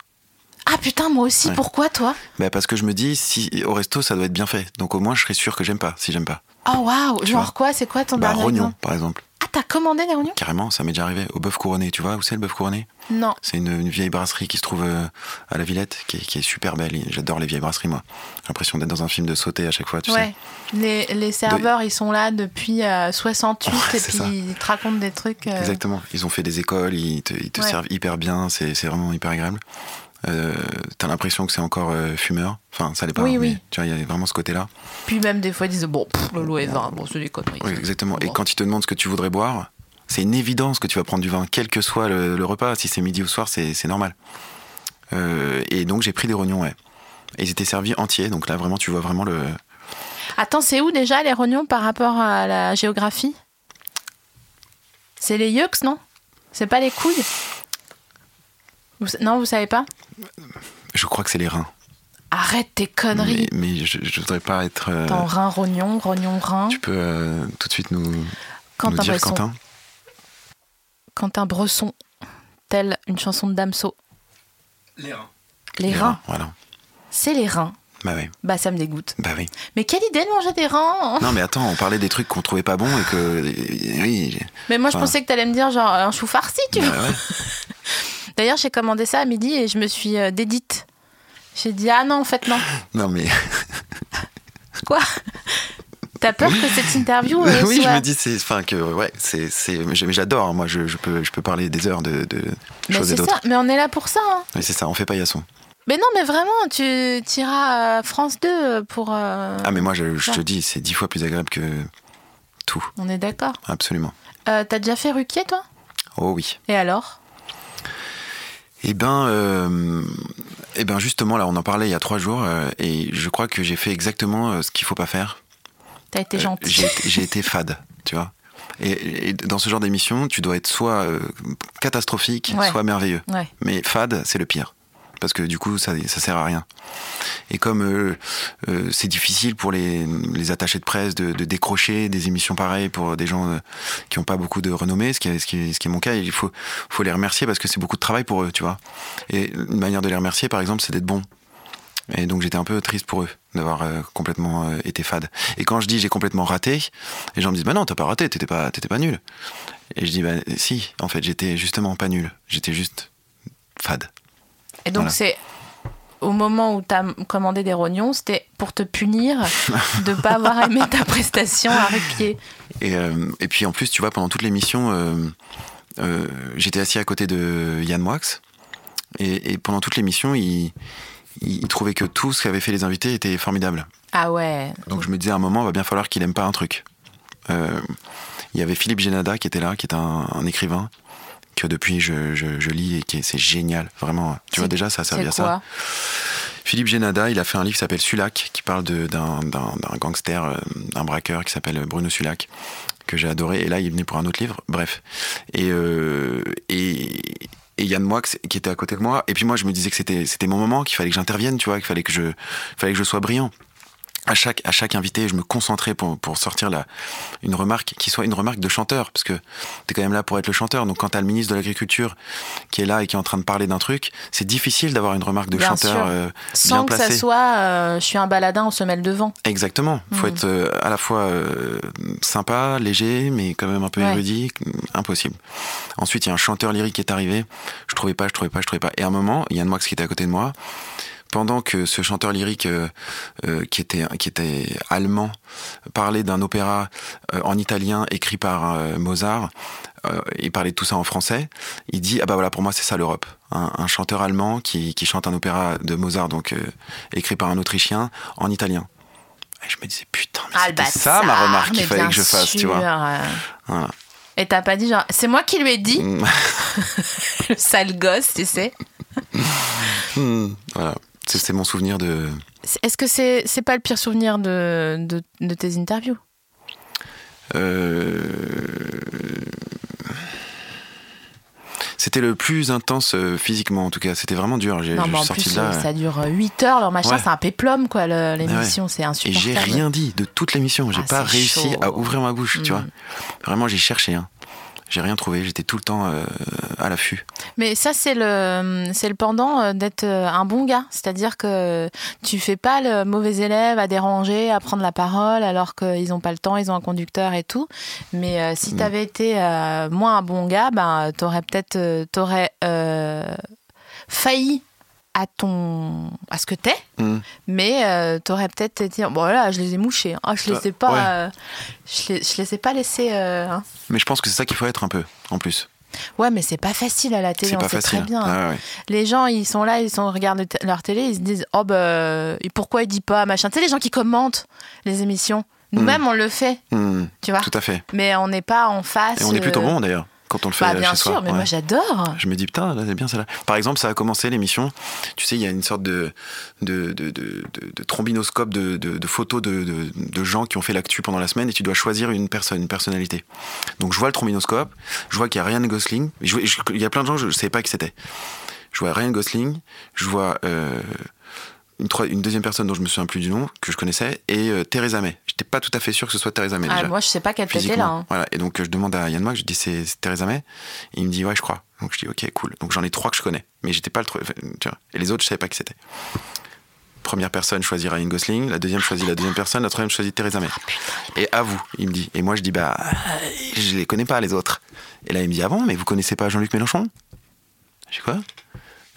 Speaker 1: Ah putain, moi aussi,
Speaker 2: Ouais.
Speaker 1: pourquoi toi
Speaker 2: Bah, parce que je me dis, si au resto, ça doit être bien fait. Donc au moins, je serai sûr que j'aime pas, si j'aime pas.
Speaker 1: Oh waouh,
Speaker 2: Tu vois.
Speaker 1: genre quoi C'est quoi ton
Speaker 2: Bah,
Speaker 1: dernier
Speaker 2: rognon,
Speaker 1: exemple
Speaker 2: par exemple.
Speaker 1: Ah, t'as commandé des rognons
Speaker 2: Carrément, ça m'est déjà arrivé. Au bœuf couronné, tu vois où c'est le bœuf couronné
Speaker 1: Non.
Speaker 2: C'est une, une vieille brasserie qui se trouve euh, à la Villette, qui est, qui est super belle. J'adore les vieilles brasseries, moi. J'ai l'impression d'être dans un film de sauter à chaque fois, tu sais.
Speaker 1: ouais. Les, les serveurs, ils sont là depuis euh, 68
Speaker 2: Ouais,
Speaker 1: et
Speaker 2: c'est
Speaker 1: puis
Speaker 2: ça.
Speaker 1: ils te racontent des trucs. euh,
Speaker 2: Exactement. Ils ont fait des écoles, ils te, ils te
Speaker 1: Ouais.
Speaker 2: servent hyper bien, c'est c'est vraiment hyper agréable. Euh, T'as l'impression que c'est encore euh, fumeur. Enfin, ça l'est pas,
Speaker 1: Oui,
Speaker 2: mais
Speaker 1: oui.
Speaker 2: tu vois, il y a vraiment ce côté-là.
Speaker 1: Puis même des fois, ils disent Bon, pff, le lot est vin, bon, c'est des conneries.
Speaker 2: Oui, exactement. Et
Speaker 1: Bon.
Speaker 2: quand ils te demandent ce que tu voudrais boire, c'est une évidence que tu vas prendre du vin, quel que soit le, le repas. Si c'est midi ou soir, c'est c'est normal. Euh, et donc, j'ai pris des rognons, ouais. Et ils étaient servis entiers, donc là, vraiment, tu vois vraiment le.
Speaker 1: Attends, c'est où déjà les rognons par rapport à la géographie C'est les yeux, non C'est pas les couilles Vous- Non, vous savez pas
Speaker 2: Je crois que c'est les reins.
Speaker 1: Arrête tes
Speaker 2: Mais,
Speaker 1: conneries
Speaker 2: mais je, je voudrais pas être. euh,
Speaker 1: Attends, rein, rognon, rognon, rein.
Speaker 2: tu peux euh, tout de suite nous, nous
Speaker 1: Quentin
Speaker 2: dire,
Speaker 1: Bresson.
Speaker 2: Quentin
Speaker 1: Quentin Bresson, telle une chanson de Damso. Les reins. Les reins,
Speaker 2: Voilà.
Speaker 1: c'est les reins.
Speaker 2: Bah oui.
Speaker 1: Bah, ça me dégoûte.
Speaker 2: Bah oui.
Speaker 1: Mais quelle idée de manger des reins
Speaker 2: Non mais attends, on parlait des trucs qu'on trouvait pas bons et que oui, j'ai-
Speaker 1: Mais moi, je
Speaker 2: Enfin.
Speaker 1: pensais que t'allais me dire genre un chou farci, tu vois.
Speaker 2: bah ouais.
Speaker 1: D'ailleurs, j'ai commandé ça à midi et je me suis euh, dédite. J'ai dit, ah non, en fait, non.
Speaker 2: non mais
Speaker 1: Quoi T'as peur que cette interview euh,
Speaker 2: oui, je
Speaker 1: soit...
Speaker 2: me dis c'est enfin que ouais, c'est c'est mais j'adore hein. moi je, je peux je peux parler des heures de, de
Speaker 1: mais
Speaker 2: choses et
Speaker 1: c'est
Speaker 2: d'autres.
Speaker 1: ça, mais on est là pour ça. hein.
Speaker 2: Mais c'est ça, on fait paillasson.
Speaker 1: Mais non, mais vraiment, tu iras à France 2 pour... euh,
Speaker 2: Ah mais moi je, je
Speaker 1: Ouais.
Speaker 2: te dis c'est dix fois plus agréable que tout,
Speaker 1: On est d'accord.
Speaker 2: absolument.
Speaker 1: Euh, T'as déjà fait Ruquier, toi
Speaker 2: Oh oui.
Speaker 1: Et alors
Speaker 2: Eh ben euh, eh ben justement là on en parlait il y a trois jours euh, et je crois que j'ai fait exactement euh, ce qu'il faut pas faire.
Speaker 1: T'as été
Speaker 2: Euh,
Speaker 1: gentil.
Speaker 2: j'ai été- J'ai été fade, tu vois. Et, et dans ce genre d'émission, tu dois être soit euh, catastrophique,
Speaker 1: Ouais.
Speaker 2: soit merveilleux.
Speaker 1: Ouais.
Speaker 2: Mais fade, c'est le pire. Parce que du coup, ça, ça sert à rien. Et comme euh, euh, c'est difficile pour les, les attachés de presse de, de décrocher des émissions pareilles pour des gens euh, qui n'ont pas beaucoup de renommée, ce qui, est- ce, qui, est- ce qui est mon cas, il faut, faut les remercier parce que c'est beaucoup de travail pour eux, tu vois. Et une manière de les remercier, par exemple, c'est d'être bon. Et donc j'étais un peu triste pour eux d'avoir euh, complètement euh, été fade. Et quand je dis j'ai complètement raté, les gens me disent bah non t'as pas raté, t'étais pas, t'étais pas nul. Et je dis bah si, en fait j'étais justement pas nul, j'étais juste fade.
Speaker 1: Et donc,
Speaker 2: Voilà.
Speaker 1: c'est au moment où t'as commandé des rognons, c'était pour te punir de pas avoir aimé ta prestation à Ruquier.
Speaker 2: Et, euh, et puis en plus, tu vois, pendant toute l'émission, euh, euh, j'étais assis à côté de Yann Moix. Et, et pendant toute l'émission, il, il il trouvait que tout ce qu'avaient fait les invités était formidable.
Speaker 1: Ah ouais.
Speaker 2: Donc je me disais à un moment, va bien falloir qu'il aime pas un truc. Euh, il y avait Philippe Génada qui était là, qui est un, un écrivain que depuis je, je- je lis et qui est- c'est génial, vraiment. Tu vois déjà, ça a
Speaker 1: C'est
Speaker 2: servi
Speaker 1: quoi
Speaker 2: à ça. Philippe Génada, il a fait un livre qui s'appelle Sulac, qui parle de- d'un d'un- d'un gangster, euh, un braqueur qui s'appelle Bruno Sulac, que j'ai adoré. Et là, il est venu pour un autre livre, bref. Et, euh, et, et Yann Moix, qui était à côté de moi. Et puis moi, je me disais que c'était c'était mon moment, qu'il fallait que j'intervienne, tu vois, qu'il fallait, que je- fallait que je sois brillant. À chaque, à chaque invité, je me concentrais pour, pour sortir la, une remarque qui soit une remarque de chanteur, parce que t'es quand même là pour être le chanteur. Donc quand t'as le ministre de l'Agriculture qui est là et qui est en train de parler d'un truc, c'est difficile d'avoir une remarque de
Speaker 1: Bien sûr.
Speaker 2: chanteur euh,
Speaker 1: Sans
Speaker 2: bien
Speaker 1: que ça
Speaker 2: placée.
Speaker 1: soit euh, je suis un baladin, on se mêle devant.
Speaker 2: Exactement. Faut
Speaker 1: Mhm.
Speaker 2: être euh, à la fois euh, sympa, léger, mais quand même un peu
Speaker 1: Ouais.
Speaker 2: érudit. Impossible. Ensuite, il y a un chanteur lyrique qui est arrivé. Je trouvais pas, je trouvais pas, je trouvais pas. Et à un moment, il y a Moix qui était à côté de moi. Pendant que ce chanteur lyrique euh, euh, qui, était, qui était allemand parlait d'un opéra euh, en italien écrit par euh, Mozart, euh, il parlait de tout ça en français, il dit Ah bah voilà, pour moi c'est ça l'Europe. Un, un chanteur allemand qui, qui chante un opéra de Mozart, donc euh, écrit par un Autrichien, en italien. Et je me disais, putain, mais
Speaker 1: Ah, le
Speaker 2: c'était ça ma
Speaker 1: bâtard,
Speaker 2: remarque qu'il
Speaker 1: mais
Speaker 2: fallait
Speaker 1: bien
Speaker 2: que je fasse, tu vois.
Speaker 1: sûr, euh.
Speaker 2: Voilà.
Speaker 1: Et t'as pas dit genre, c'est moi qui lui ai dit,
Speaker 2: Mm.
Speaker 1: le sale gosse, tu sais.
Speaker 2: Mm. voilà. C'est c'est mon souvenir de,
Speaker 1: Est-ce que c'est c'est pas le pire souvenir de, de, de tes interviews
Speaker 2: Euh, C'était le plus intense euh, physiquement, en tout cas. C'était vraiment dur. J'ai
Speaker 1: Non,
Speaker 2: je
Speaker 1: mais en
Speaker 2: suis sorti
Speaker 1: plus,
Speaker 2: de là.
Speaker 1: euh,
Speaker 2: euh,
Speaker 1: ça dure 8 heures, leur machin,
Speaker 2: Ouais.
Speaker 1: c'est un péplum, quoi, le-
Speaker 2: ouais.
Speaker 1: l'émission, c'est
Speaker 2: Et j'ai
Speaker 1: insupportable.
Speaker 2: rien dit de toute l'émission. J'ai
Speaker 1: Ah,
Speaker 2: pas
Speaker 1: c'est
Speaker 2: réussi
Speaker 1: chaud.
Speaker 2: à ouvrir ma bouche, tu
Speaker 1: Mm.
Speaker 2: vois. Vraiment, j'ai cherché. Hein. J'ai rien trouvé. J'étais tout le temps euh, à l'affût.
Speaker 1: Mais ça, c'est le, c'est le pendant euh, d'être euh, un bon gars. C'est-à-dire que tu fais pas le mauvais élève à déranger, à prendre la parole, alors qu'ils n'ont pas le temps, ils ont un conducteur et tout. Mais euh, si
Speaker 2: Mm.
Speaker 1: tu avais été euh, moins un bon gars, ben, tu aurais peut-être euh, t'aurais, euh, failli à, ton, à ce que t'es.
Speaker 2: Mm.
Speaker 1: Mais euh, t'aurais peut-être dit bon là je les ai mouchés hein. ah je les ai pas
Speaker 2: ouais.
Speaker 1: euh, je, les, je les ai pas laissés euh, hein.
Speaker 2: Mais je pense que c'est ça qu'il faut être un peu, en plus.
Speaker 1: ouais mais c'est pas facile à la télé
Speaker 2: C'est
Speaker 1: on
Speaker 2: pas
Speaker 1: sait
Speaker 2: facile.
Speaker 1: très bien hein.
Speaker 2: Ah, ouais, ouais.
Speaker 1: les gens ils sont là ils sont regardent te- leur télé ils se disent oh bah et pourquoi il dit pas machin tu sais les gens qui commentent les émissions nous-mêmes on le fait
Speaker 2: Mm.
Speaker 1: tu vois
Speaker 2: Hmm. Tout à fait.
Speaker 1: mais on n'est pas en face
Speaker 2: Et on est plutôt
Speaker 1: euh,
Speaker 2: bon, d'ailleurs, quand on le fait
Speaker 1: bah
Speaker 2: euh,
Speaker 1: bien
Speaker 2: chez
Speaker 1: sûr
Speaker 2: soi.
Speaker 1: mais
Speaker 2: Ouais.
Speaker 1: moi j'adore
Speaker 2: Je me dis, putain, là, c'est bien celle-là. Par exemple, ça a commencé l'émission. Tu sais, il y a une sorte de, de, de, de, de- de trombinoscope de, de- de photos de, de- de gens qui ont fait l'actu pendant la semaine et tu dois choisir une personne, une personnalité. Donc je vois le trombinoscope, je vois qu'il y a Ryan Gosling. Je vois- je- Il y a plein de gens, je ne savais pas qui c'était. Je vois Ryan Gosling, je vois euh, une, troi- une deuxième personne dont je me souviens plus du nom, que je connaissais, et euh, Theresa May. J'étais pas tout à fait sûr que ce soit Theresa May
Speaker 1: Ah,
Speaker 2: déjà
Speaker 1: moi je sais pas quelle tête est
Speaker 2: physiquement.
Speaker 1: là hein.
Speaker 2: Voilà. Et donc euh, je demande à Yann Moix, je dis c'est c'est Theresa May. Et il me dit ouais, je crois. Donc je dis ok, cool. Donc j'en ai trois que je connais, mais j'étais pas le tro- enfin, tu vois. Et les autres, je savais pas qui c'était. Première personne choisit Ryan Gosling, la deuxième choisit la deuxième personne, la troisième choisit Theresa
Speaker 1: Ah,
Speaker 2: May. Et à vous, il me dit. Et moi je dis bah euh, je les connais pas les autres. Et là il me dit avant, mais vous connaissez pas Jean-Luc Mélenchon J'ai quoi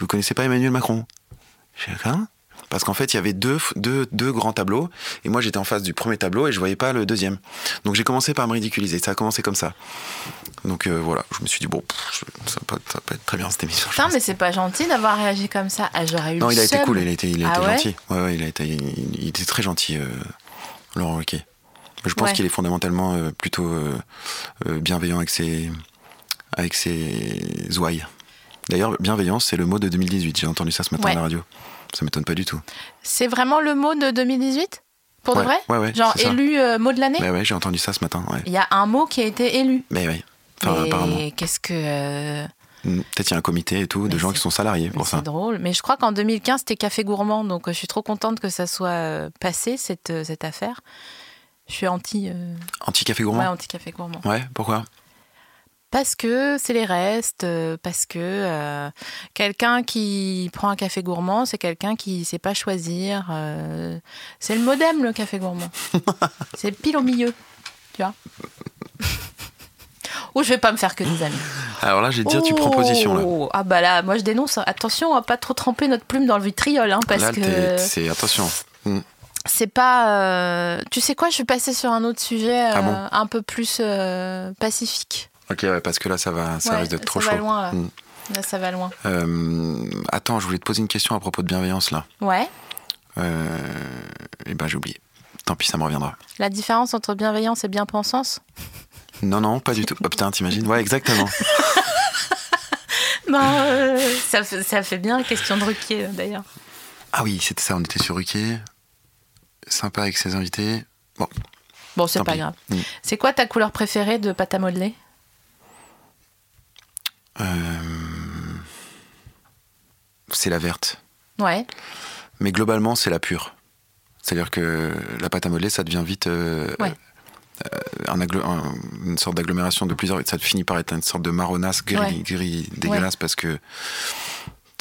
Speaker 2: Vous connaissez pas Emmanuel Macron J'ai quoi parce qu'en fait, il y avait deux, deux, deux grands tableaux, et moi j'étais en face du premier tableau et je voyais pas le deuxième. Donc j'ai commencé par me ridiculiser, ça a commencé comme ça. Donc euh, voilà, je me suis dit, bon, pff, je- ça va pas, ça va pas être très bien cette émission. je
Speaker 1: putain
Speaker 2: pense.
Speaker 1: mais c'est pas gentil d'avoir réagi comme ça ah, j'aurais eu
Speaker 2: non,
Speaker 1: le
Speaker 2: il a été
Speaker 1: seum.
Speaker 2: cool, il a été, il a
Speaker 1: Ah
Speaker 2: été
Speaker 1: ouais
Speaker 2: gentil. Ouais, ouais, il, a été, il, il était très gentil, euh, Laurent Ruquier. Je pense
Speaker 1: Ouais.
Speaker 2: qu'il est fondamentalement euh, plutôt euh, euh, bienveillant avec ses, avec ses ouailles. D'ailleurs, bienveillance, c'est le mot de 2018, j'ai entendu ça ce matin
Speaker 1: Ouais.
Speaker 2: à la radio. Ça m'étonne pas du tout.
Speaker 1: c'est vraiment le mot de 2018 pour
Speaker 2: Ouais,
Speaker 1: de vrai
Speaker 2: ouais, ouais,
Speaker 1: genre
Speaker 2: c'est ça.
Speaker 1: élu euh, mot de l'année
Speaker 2: Ouais, ouais, j'ai entendu ça ce matin, ouais.
Speaker 1: Il y a un mot qui a été élu.
Speaker 2: Mais ouais. Enfin,
Speaker 1: mais
Speaker 2: apparemment.
Speaker 1: qu'est-ce que. euh,
Speaker 2: Mm. Peut-être il y a un comité et tout,
Speaker 1: Mais
Speaker 2: de gens
Speaker 1: c'est-
Speaker 2: qui sont salariés
Speaker 1: mais
Speaker 2: pour
Speaker 1: c'est
Speaker 2: ça.
Speaker 1: drôle. Mais je crois qu'en 2015, c'était Café Gourmand. Donc euh, je suis trop contente que ça soit euh, passé, cette, euh, cette affaire. Je suis anti, euh,
Speaker 2: Anti-café
Speaker 1: ouais,
Speaker 2: gourmand
Speaker 1: anti-Café Gourmand.
Speaker 2: Ouais, pourquoi
Speaker 1: Parce que c'est les restes, euh, parce que euh, quelqu'un qui prend un café gourmand, c'est quelqu'un qui sait pas choisir. euh, c'est le modem, le café gourmand. c'est pile au milieu, tu vois. Ou je vais pas me faire que des amis.
Speaker 2: Alors là, j'ai dire, tu prends position là.
Speaker 1: Oh, Ah bah là, moi je dénonce. hein. Attention à pas trop tremper notre plume dans le vitriol, hein, parce
Speaker 2: là, t'es-
Speaker 1: que
Speaker 2: c'est attention.
Speaker 1: c'est pas. euh, Tu sais quoi Je vais passer sur un autre sujet
Speaker 2: Ah
Speaker 1: euh,
Speaker 2: bon
Speaker 1: un peu plus euh, pacifique.
Speaker 2: Ok, ouais, parce que là, ça va, ça
Speaker 1: Ouais,
Speaker 2: risque d'être trop
Speaker 1: ça
Speaker 2: chaud.
Speaker 1: va loin là.
Speaker 2: Mm.
Speaker 1: Là, ça va loin.
Speaker 2: Euh, attends, je voulais te poser une question à propos de bienveillance là.
Speaker 1: Ouais.
Speaker 2: Euh, eh ben, j'ai oublié. Tant pis, ça me reviendra.
Speaker 1: La différence entre bienveillance et bien-pensance
Speaker 2: Non, non, pas du tout. Oh putain, t'imagines Ouais, exactement.
Speaker 1: Bah, euh, ça, fait, ça fait bien question de Ruquier euh, d'ailleurs.
Speaker 2: Ah oui, c'était ça, on était sur Ruquier. Sympa avec ses invités. Bon,
Speaker 1: Bon, c'est
Speaker 2: Tant
Speaker 1: pas
Speaker 2: pis.
Speaker 1: grave.
Speaker 2: Mm.
Speaker 1: C'est quoi ta couleur préférée de pâte à modeler
Speaker 2: euh, c'est la verte.
Speaker 1: Ouais.
Speaker 2: Mais globalement, c'est la pure. C'est-à-dire que la pâte à modeler, ça devient vite euh,
Speaker 1: Ouais.
Speaker 2: euh, un agglo- un- une sorte d'agglomération de plusieurs. Ça finit par être une sorte de marronasse gris,
Speaker 1: Ouais.
Speaker 2: gris dégueulasse parce que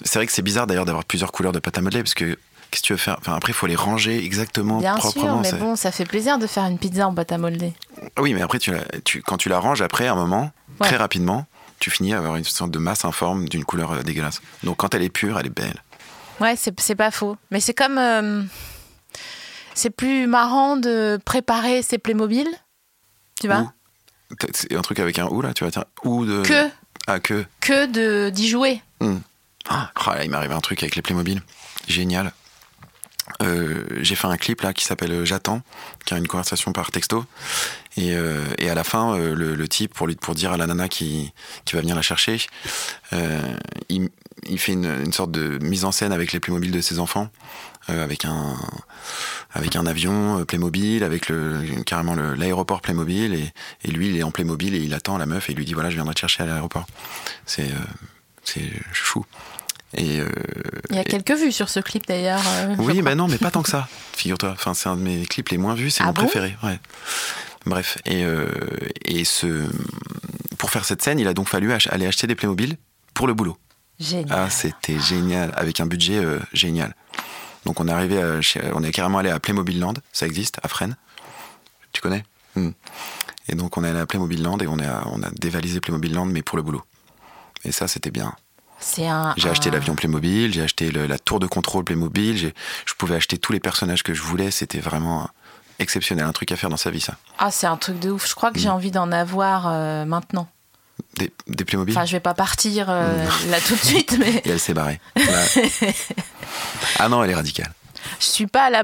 Speaker 2: c'est vrai que c'est bizarre d'ailleurs d'avoir plusieurs couleurs de pâte à modeler parce que qu'est-ce que tu veux faire Enfin, après, il faut les ranger exactement
Speaker 1: Bien sûr, mais
Speaker 2: proprement. Oh, hein, c'est-
Speaker 1: bon, ça fait plaisir de faire une pizza en pâte à modeler.
Speaker 2: Ah Oui, mais après, tu la- tu- quand tu la ranges, après, à un moment,
Speaker 1: Ouais.
Speaker 2: très rapidement, tu finis à avoir une sorte de masse informe d'une couleur euh, dégueulasse. Donc quand elle est pure, elle est belle.
Speaker 1: Ouais, c'est c'est pas faux. Mais c'est comme. euh, c'est plus marrant de préparer ses Playmobil, tu vois,
Speaker 2: Ou- C'est un truc avec un ou là, tu vas dire ou de.
Speaker 1: que,
Speaker 2: Ah, que.
Speaker 1: que de- d'y jouer.
Speaker 2: oh Ah, là, il m'arrive un truc avec les Playmobil. Génial. euh, j'ai fait un clip là qui s'appelle J'attends, qui a une conversation par texto. Et, euh, et à la fin, euh, le, le type, pour, lui, pour dire à la nana qui, qui va venir la chercher, euh, il, il fait une, une sorte de mise en scène avec les Playmobil de ses enfants, euh, avec, un, avec un avion euh, Playmobil, avec le, carrément le- l'aéroport Playmobil. Et, et lui, il est en Playmobil et il attend la meuf et il lui dit Voilà, je viendrai te chercher à l'aéroport. C'est euh, c'est chou. Et, euh,
Speaker 1: Il y a
Speaker 2: et-
Speaker 1: quelques vues sur ce clip d'ailleurs. euh, je
Speaker 2: oui,
Speaker 1: crois.
Speaker 2: bah non, mais pas tant que ça. Figure-toi, enfin, c'est un de mes clips les moins vus, c'est
Speaker 1: Ah
Speaker 2: mon
Speaker 1: bon
Speaker 2: préféré. Ouais. Bref, et, euh, et ce, pour faire cette scène, il a donc fallu ach- aller acheter des Playmobil pour le boulot.
Speaker 1: Génial.
Speaker 2: Ah, c'était génial, avec un budget euh, génial. Donc on est arrivé, à chez- on est carrément allé à Playmobil Land, ça existe, à Fresnes. Tu connais Hmm. Et donc on est allé à Playmobil Land et on a, on a dévalisé Playmobil Land, mais pour le boulot. Et ça, c'était bien.
Speaker 1: C'est un.
Speaker 2: J'ai acheté
Speaker 1: un-
Speaker 2: l'avion Playmobil, j'ai acheté le- la tour de contrôle Playmobil, j'ai- je pouvais acheter tous les personnages que je voulais, c'était vraiment exceptionnel, un truc à faire dans sa vie ça.
Speaker 1: Ah, c'est un truc de ouf. Je crois que
Speaker 2: Mm.
Speaker 1: j'ai envie d'en avoir euh, maintenant.
Speaker 2: Des, des Playmobil
Speaker 1: Enfin, je vais pas partir euh,
Speaker 2: Mm.
Speaker 1: là tout de suite, mais
Speaker 2: Et elle s'est barrée. Ouais. ah non, elle est radicale.
Speaker 1: je suis pas à la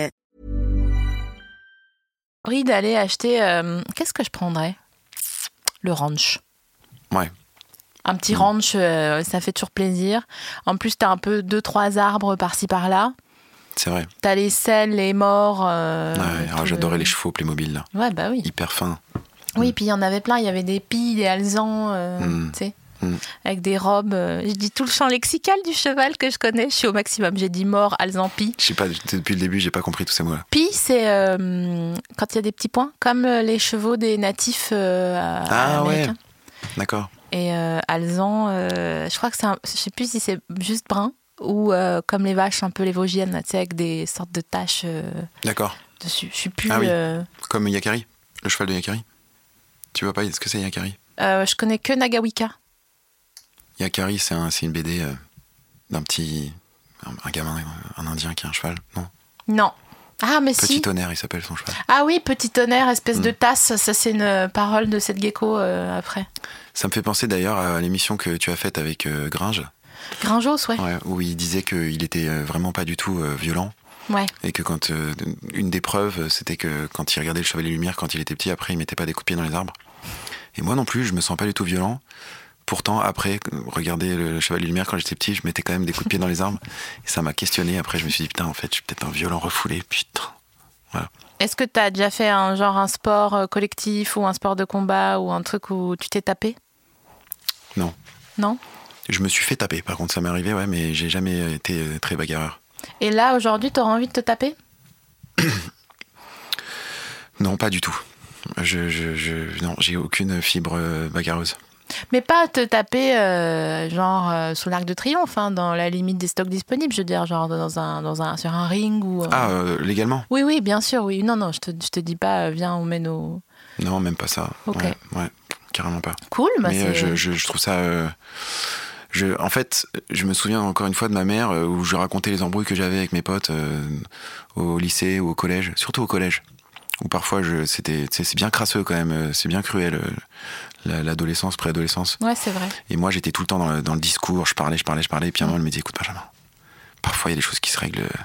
Speaker 1: envie d'aller acheter. euh, Qu'est-ce que je prendrais Le ranch.
Speaker 2: Ouais. Mm.
Speaker 1: Un petit ranch, euh, ça fait toujours plaisir. En plus, t'as un peu deux, trois arbres par-ci par-là.
Speaker 2: C'est vrai.
Speaker 1: T'as les selles, les morts. euh,
Speaker 2: Ouais, ouais.
Speaker 1: tout
Speaker 2: Ah, J'adorais
Speaker 1: le-
Speaker 2: les chevaux Playmobil là.
Speaker 1: Ouais, bah oui.
Speaker 2: Hyper fin.
Speaker 1: Oui, puis il y en avait plein. Il y avait des pies, des alzans, euh,
Speaker 2: Mm.
Speaker 1: tu sais,
Speaker 2: Mm.
Speaker 1: avec des robes. euh, je dis tout le champ lexical du cheval que je connais. Je suis au maximum. J'ai dit mort, alzan, pie.
Speaker 2: Je sais pas, depuis le début, j'ai pas compris tous ces mots-là.
Speaker 1: Pie, c'est euh, quand il y a des petits points, comme euh, les chevaux des natifs euh, à-
Speaker 2: Ah
Speaker 1: américains.
Speaker 2: D'accord.
Speaker 1: Et euh, alzan, euh, je crois que c'est un. Je sais plus si c'est juste brun ou euh, comme les vaches, un peu les vosgiennes, là, tu sais, avec des sortes de taches euh,
Speaker 2: D'accord.
Speaker 1: dessus. Je suis plus.
Speaker 2: Ah oui.
Speaker 1: euh,
Speaker 2: Comme Yakari, le cheval de Yakari. Tu vois pas ce que c'est Yakari
Speaker 1: euh, je connais que Nagawika.
Speaker 2: Yakari, c'est un, c'est une BD euh, d'un petit. Un, un gamin, un indien qui a un cheval, non
Speaker 1: Non. Ah, mais
Speaker 2: Petit Hmm.
Speaker 1: si.
Speaker 2: tonnerre, il s'appelle son cheval.
Speaker 1: Ah oui, petit tonnerre, espèce de tasse, ça c'est une euh, parole de cette gecko euh, après.
Speaker 2: Ça me fait penser d'ailleurs à l'émission que tu as faite avec euh, Gringe,
Speaker 1: Gringeos, ouais.
Speaker 2: ouais, où il disait qu'il était euh, vraiment pas du tout euh, violent
Speaker 1: Ouais.
Speaker 2: et que quand euh, une des preuves, euh, c'était que quand il regardait le Chevalier Lumière quand il était petit, après il mettait pas des coups de pied dans les arbres. Et moi non plus, je me sens pas du tout violent. Pourtant, après, regarder le Chevalier Lumière quand j'étais petit, je mettais quand même des coups de pied dans les arbres. Et ça m'a questionné. Après, je me suis dit, putain, en fait, je suis peut-être un violent refoulé. Putain.
Speaker 1: Est-ce que t'as déjà fait un genre un sport euh, collectif ou un sport de combat ou un truc où tu t'es tapé
Speaker 2: Non.
Speaker 1: Non
Speaker 2: Je me suis fait taper, par contre, ça m'est arrivé, ouais, mais j'ai jamais été euh, très bagarreur.
Speaker 1: Et là aujourd'hui, t'auras envie de te taper
Speaker 2: Non, pas du tout. Je, je, je- non, j'ai aucune fibre euh, bagarreuse.
Speaker 1: Mais pas te taper euh, genre euh, sous l'arc de triomphe, hein, dans la limite des stocks disponibles, je veux dire, genre dans un, dans un, sur un ring ou. euh,
Speaker 2: Ah, euh, légalement
Speaker 1: Oui, oui, bien sûr, oui. Non, non, je te, je te dis pas, euh, viens, on mène au.
Speaker 2: Non, même pas ça.
Speaker 1: Ok.
Speaker 2: Ouais, ouais, carrément pas.
Speaker 1: Cool, bah
Speaker 2: Mais euh,
Speaker 1: c'est-
Speaker 2: je, je- je trouve ça. euh, je, en fait, je me souviens encore une fois de ma mère euh, où je racontais les embrouilles que j'avais avec mes potes euh, au lycée ou au collège, surtout au collège. Où parfois, je, c'était, tu sais, c'est bien crasseux quand même, euh, c'est bien cruel, euh, la- l'adolescence, préadolescence.
Speaker 1: Ouais, c'est vrai.
Speaker 2: Et moi, j'étais tout le temps dans le, dans le discours, je parlais, je parlais, je parlais. Et puis à un moment, elle me dit écoute, Benjamin, parfois il y a des choses qui se règlent euh,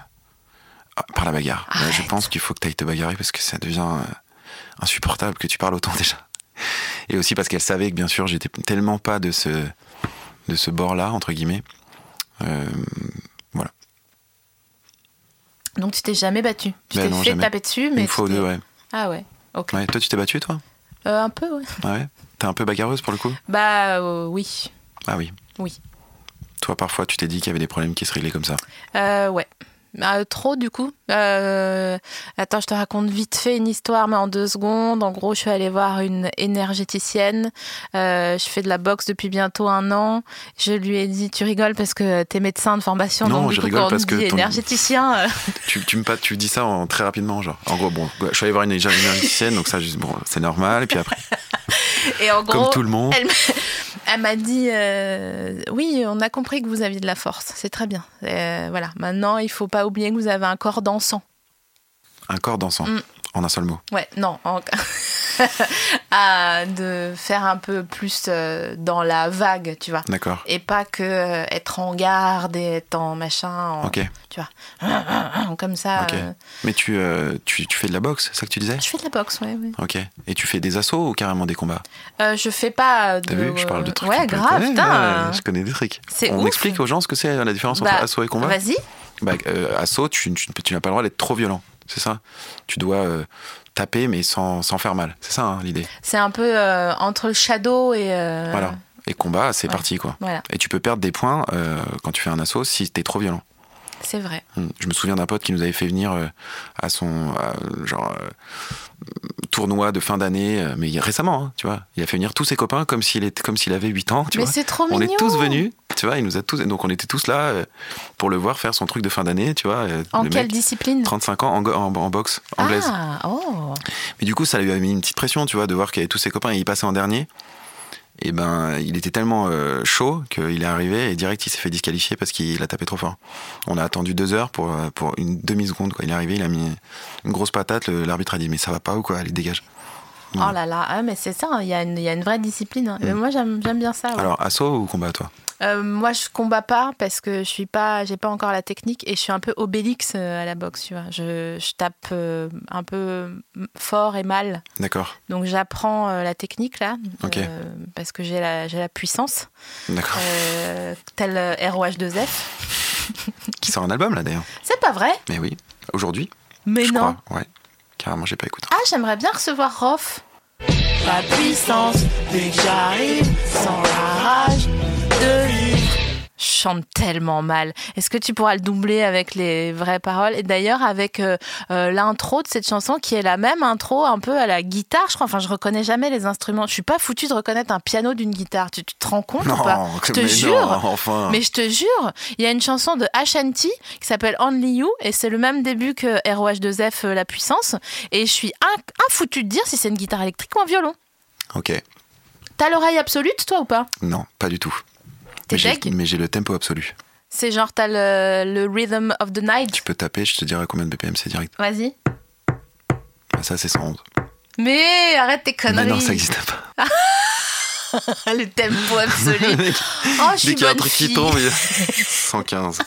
Speaker 2: ah, par la bagarre. Là, je
Speaker 1: Arrête.
Speaker 2: pense qu'il faut que tu ailles te bagarrer parce que ça devient euh, insupportable que tu parles autant déjà. Et aussi parce qu'elle savait que, bien sûr, j'étais tellement pas de ce, de ce bord-là, entre guillemets. Euh, voilà.
Speaker 1: Donc tu t'es jamais battu. Tu
Speaker 2: Ben
Speaker 1: t'es
Speaker 2: non,
Speaker 1: fait
Speaker 2: jamais.
Speaker 1: taper dessus, mais.
Speaker 2: Une fois ou
Speaker 1: tu t'es-
Speaker 2: deux, ouais.
Speaker 1: Ah ouais, ok.
Speaker 2: ouais. Toi, tu t'es battu, toi
Speaker 1: Euh, un peu, ouais.
Speaker 2: Ah Ouais. T'es un peu bagarreuse pour le coup
Speaker 1: Bah euh, oui,
Speaker 2: Ah oui.
Speaker 1: oui.
Speaker 2: Toi, parfois, tu t'es dit qu'il y avait des problèmes qui se réglaient comme ça.
Speaker 1: Euh, ouais. Ah, trop du coup. Euh, attends, je te raconte vite fait une histoire, mais en deux secondes. En gros, je suis allée voir une énergéticienne. Euh, je fais de la boxe depuis bientôt un an. Je lui ai dit, tu rigoles parce que t'es médecin de formation.
Speaker 2: Non,
Speaker 1: donc, du
Speaker 2: je
Speaker 1: coup,
Speaker 2: rigole
Speaker 1: quand on
Speaker 2: parce que
Speaker 1: dit
Speaker 2: ton-
Speaker 1: énergéticien. euh,
Speaker 2: Tu, tu me pas, tu dis ça en, très rapidement, genre. En gros, bon, je suis allé voir une énergéticienne, donc ça, juste, bon, c'est normal. Et puis après,
Speaker 1: et en
Speaker 2: comme
Speaker 1: gros,
Speaker 2: tout le monde,
Speaker 1: elle, m'a- elle m'a dit, euh, oui, on a compris que vous aviez de la force. C'est très bien. Euh, voilà. Maintenant, il faut pas oublier que vous avez un corps dansant.
Speaker 2: un corps dansant,
Speaker 1: Mm.
Speaker 2: en un seul mot.
Speaker 1: Ouais, non. en- Ah, de faire un peu plus euh, dans la vague, tu vois.
Speaker 2: D'accord.
Speaker 1: Et pas que euh, être en garde et être en machin, en-
Speaker 2: Ok.
Speaker 1: comme ça.
Speaker 2: Ok.
Speaker 1: euh.
Speaker 2: Mais tu, euh, tu, tu fais de la boxe, c'est ça que tu disais
Speaker 1: Je fais de la boxe, ouais. ouais.
Speaker 2: Ok. Et tu fais des assauts ou carrément des combats
Speaker 1: Euh, je fais pas de.
Speaker 2: T'as vu, je parle de trucs.
Speaker 1: Euh, Ouais,
Speaker 2: complètement-
Speaker 1: grave,
Speaker 2: Ouais,
Speaker 1: putain.
Speaker 2: ouais, je connais des trucs.
Speaker 1: C'est
Speaker 2: On
Speaker 1: ouf.
Speaker 2: explique aux gens ce que c'est la différence entre
Speaker 1: Bah,
Speaker 2: assaut et combat
Speaker 1: Vas-y.
Speaker 2: bah, euh, assaut, tu, tu- tu n'as pas le droit d'être trop violent, c'est ça Tu dois euh, taper mais sans, sans faire mal, c'est ça hein, l'idée.
Speaker 1: C'est un peu euh, entre le shadow et. euh,
Speaker 2: Voilà. Et combat, c'est
Speaker 1: ouais.
Speaker 2: parti quoi.
Speaker 1: Voilà,
Speaker 2: Et tu peux perdre des points euh, quand tu fais un assaut si t'es trop violent.
Speaker 1: c'est vrai.
Speaker 2: Hmm. Je me souviens d'un pote qui nous avait fait venir euh, à son à, genre euh, tournoi de fin d'année, euh, mais il- récemment, hein, tu vois. Il a fait venir tous ses copains comme s'il était comme s'il avait 8 ans, tu
Speaker 1: Mais
Speaker 2: vois.
Speaker 1: c'est trop
Speaker 2: On
Speaker 1: mignon.
Speaker 2: est tous venus, tu vois. Il nous a tous donc on était tous là euh, pour le voir faire son truc de fin d'année, tu vois. euh,
Speaker 1: En
Speaker 2: le
Speaker 1: quelle
Speaker 2: mec,
Speaker 1: discipline
Speaker 2: 35 ans en, go- en- en boxe anglaise.
Speaker 1: Ah, oh.
Speaker 2: Mais du coup, ça lui a mis une petite pression, tu vois, de voir qu'il y avait tous ses copains et il passait en dernier. Et ben, il était tellement euh, chaud qu'il est arrivé et direct, il s'est fait disqualifier parce qu'il a tapé trop fort. On a attendu deux heures pour, euh, pour une demi-seconde, quoi. Il est arrivé, il a mis une grosse patate, le- l'arbitre a dit, mais ça va pas ou quoi, allez, dégage.
Speaker 1: Oh là là, ah, mais c'est ça, il y, a une- il y a une vraie discipline. hein. Mais moi, j'aime j'aime bien ça. Ah ouais.
Speaker 2: Mm. Alors, assaut ou combat, toi
Speaker 1: Euh, moi, je combats pas parce que je suis pas, j'ai pas encore la technique et je suis un peu obélix euh, à la boxe. Tu vois, je, je tape euh, un peu mm, fort et mal.
Speaker 2: D'accord,
Speaker 1: Donc j'apprends euh, la technique là,
Speaker 2: Ok.
Speaker 1: euh, parce que j'ai la, j'ai la puissance,
Speaker 2: d'accord.
Speaker 1: euh, tel euh, ROH2F.
Speaker 2: Qui sort un album, là, d'ailleurs.
Speaker 1: C'est pas vrai,
Speaker 2: Mais oui, aujourd'hui,
Speaker 1: mais
Speaker 2: je
Speaker 1: non.
Speaker 2: crois. Ouais, carrément, j'ai pas écouté.
Speaker 1: Ah, j'aimerais bien recevoir Rof. La puissance dès que j'arrive, sans la rage de vivre. Je chante tellement mal. Est-ce que tu pourras le doubler avec les vraies paroles Et d'ailleurs, avec euh, euh, l'intro de cette chanson qui est la même intro un peu à la guitare, je crois. Enfin, je reconnais jamais les instruments. Je suis pas foutue de reconnaître un piano d'une guitare. Tu, tu te rends compte ou Ah, pas Je te
Speaker 2: mais
Speaker 1: jure.
Speaker 2: non, enfin.
Speaker 1: Mais je te jure, il y a une chanson de HNT qui s'appelle Only You et c'est le même début que ROH2F euh, La Puissance. Et je suis un, foutu de dire si c'est une guitare électrique ou un violon.
Speaker 2: Ok,
Speaker 1: T'as l'oreille absolue, toi ou pas
Speaker 2: non, pas du tout.
Speaker 1: T'es
Speaker 2: Mais j'ai-
Speaker 1: deg
Speaker 2: Mais j'ai le tempo absolu.
Speaker 1: C'est genre t'as le, le rhythm of the night.
Speaker 2: Tu peux taper, je te dirai combien de BPM c'est direct.
Speaker 1: Vas-y.
Speaker 2: Ah, ça, c'est 111.
Speaker 1: Ah, Mais Ah, arrête tes
Speaker 2: Mais
Speaker 1: conneries.
Speaker 2: non, ça n'existe pas.
Speaker 1: le tempo absolu. oh, je
Speaker 2: Dès
Speaker 1: suis
Speaker 2: qu'il y a un
Speaker 1: bonne
Speaker 2: truc qui
Speaker 1: fille.
Speaker 2: tombe, il y a 115.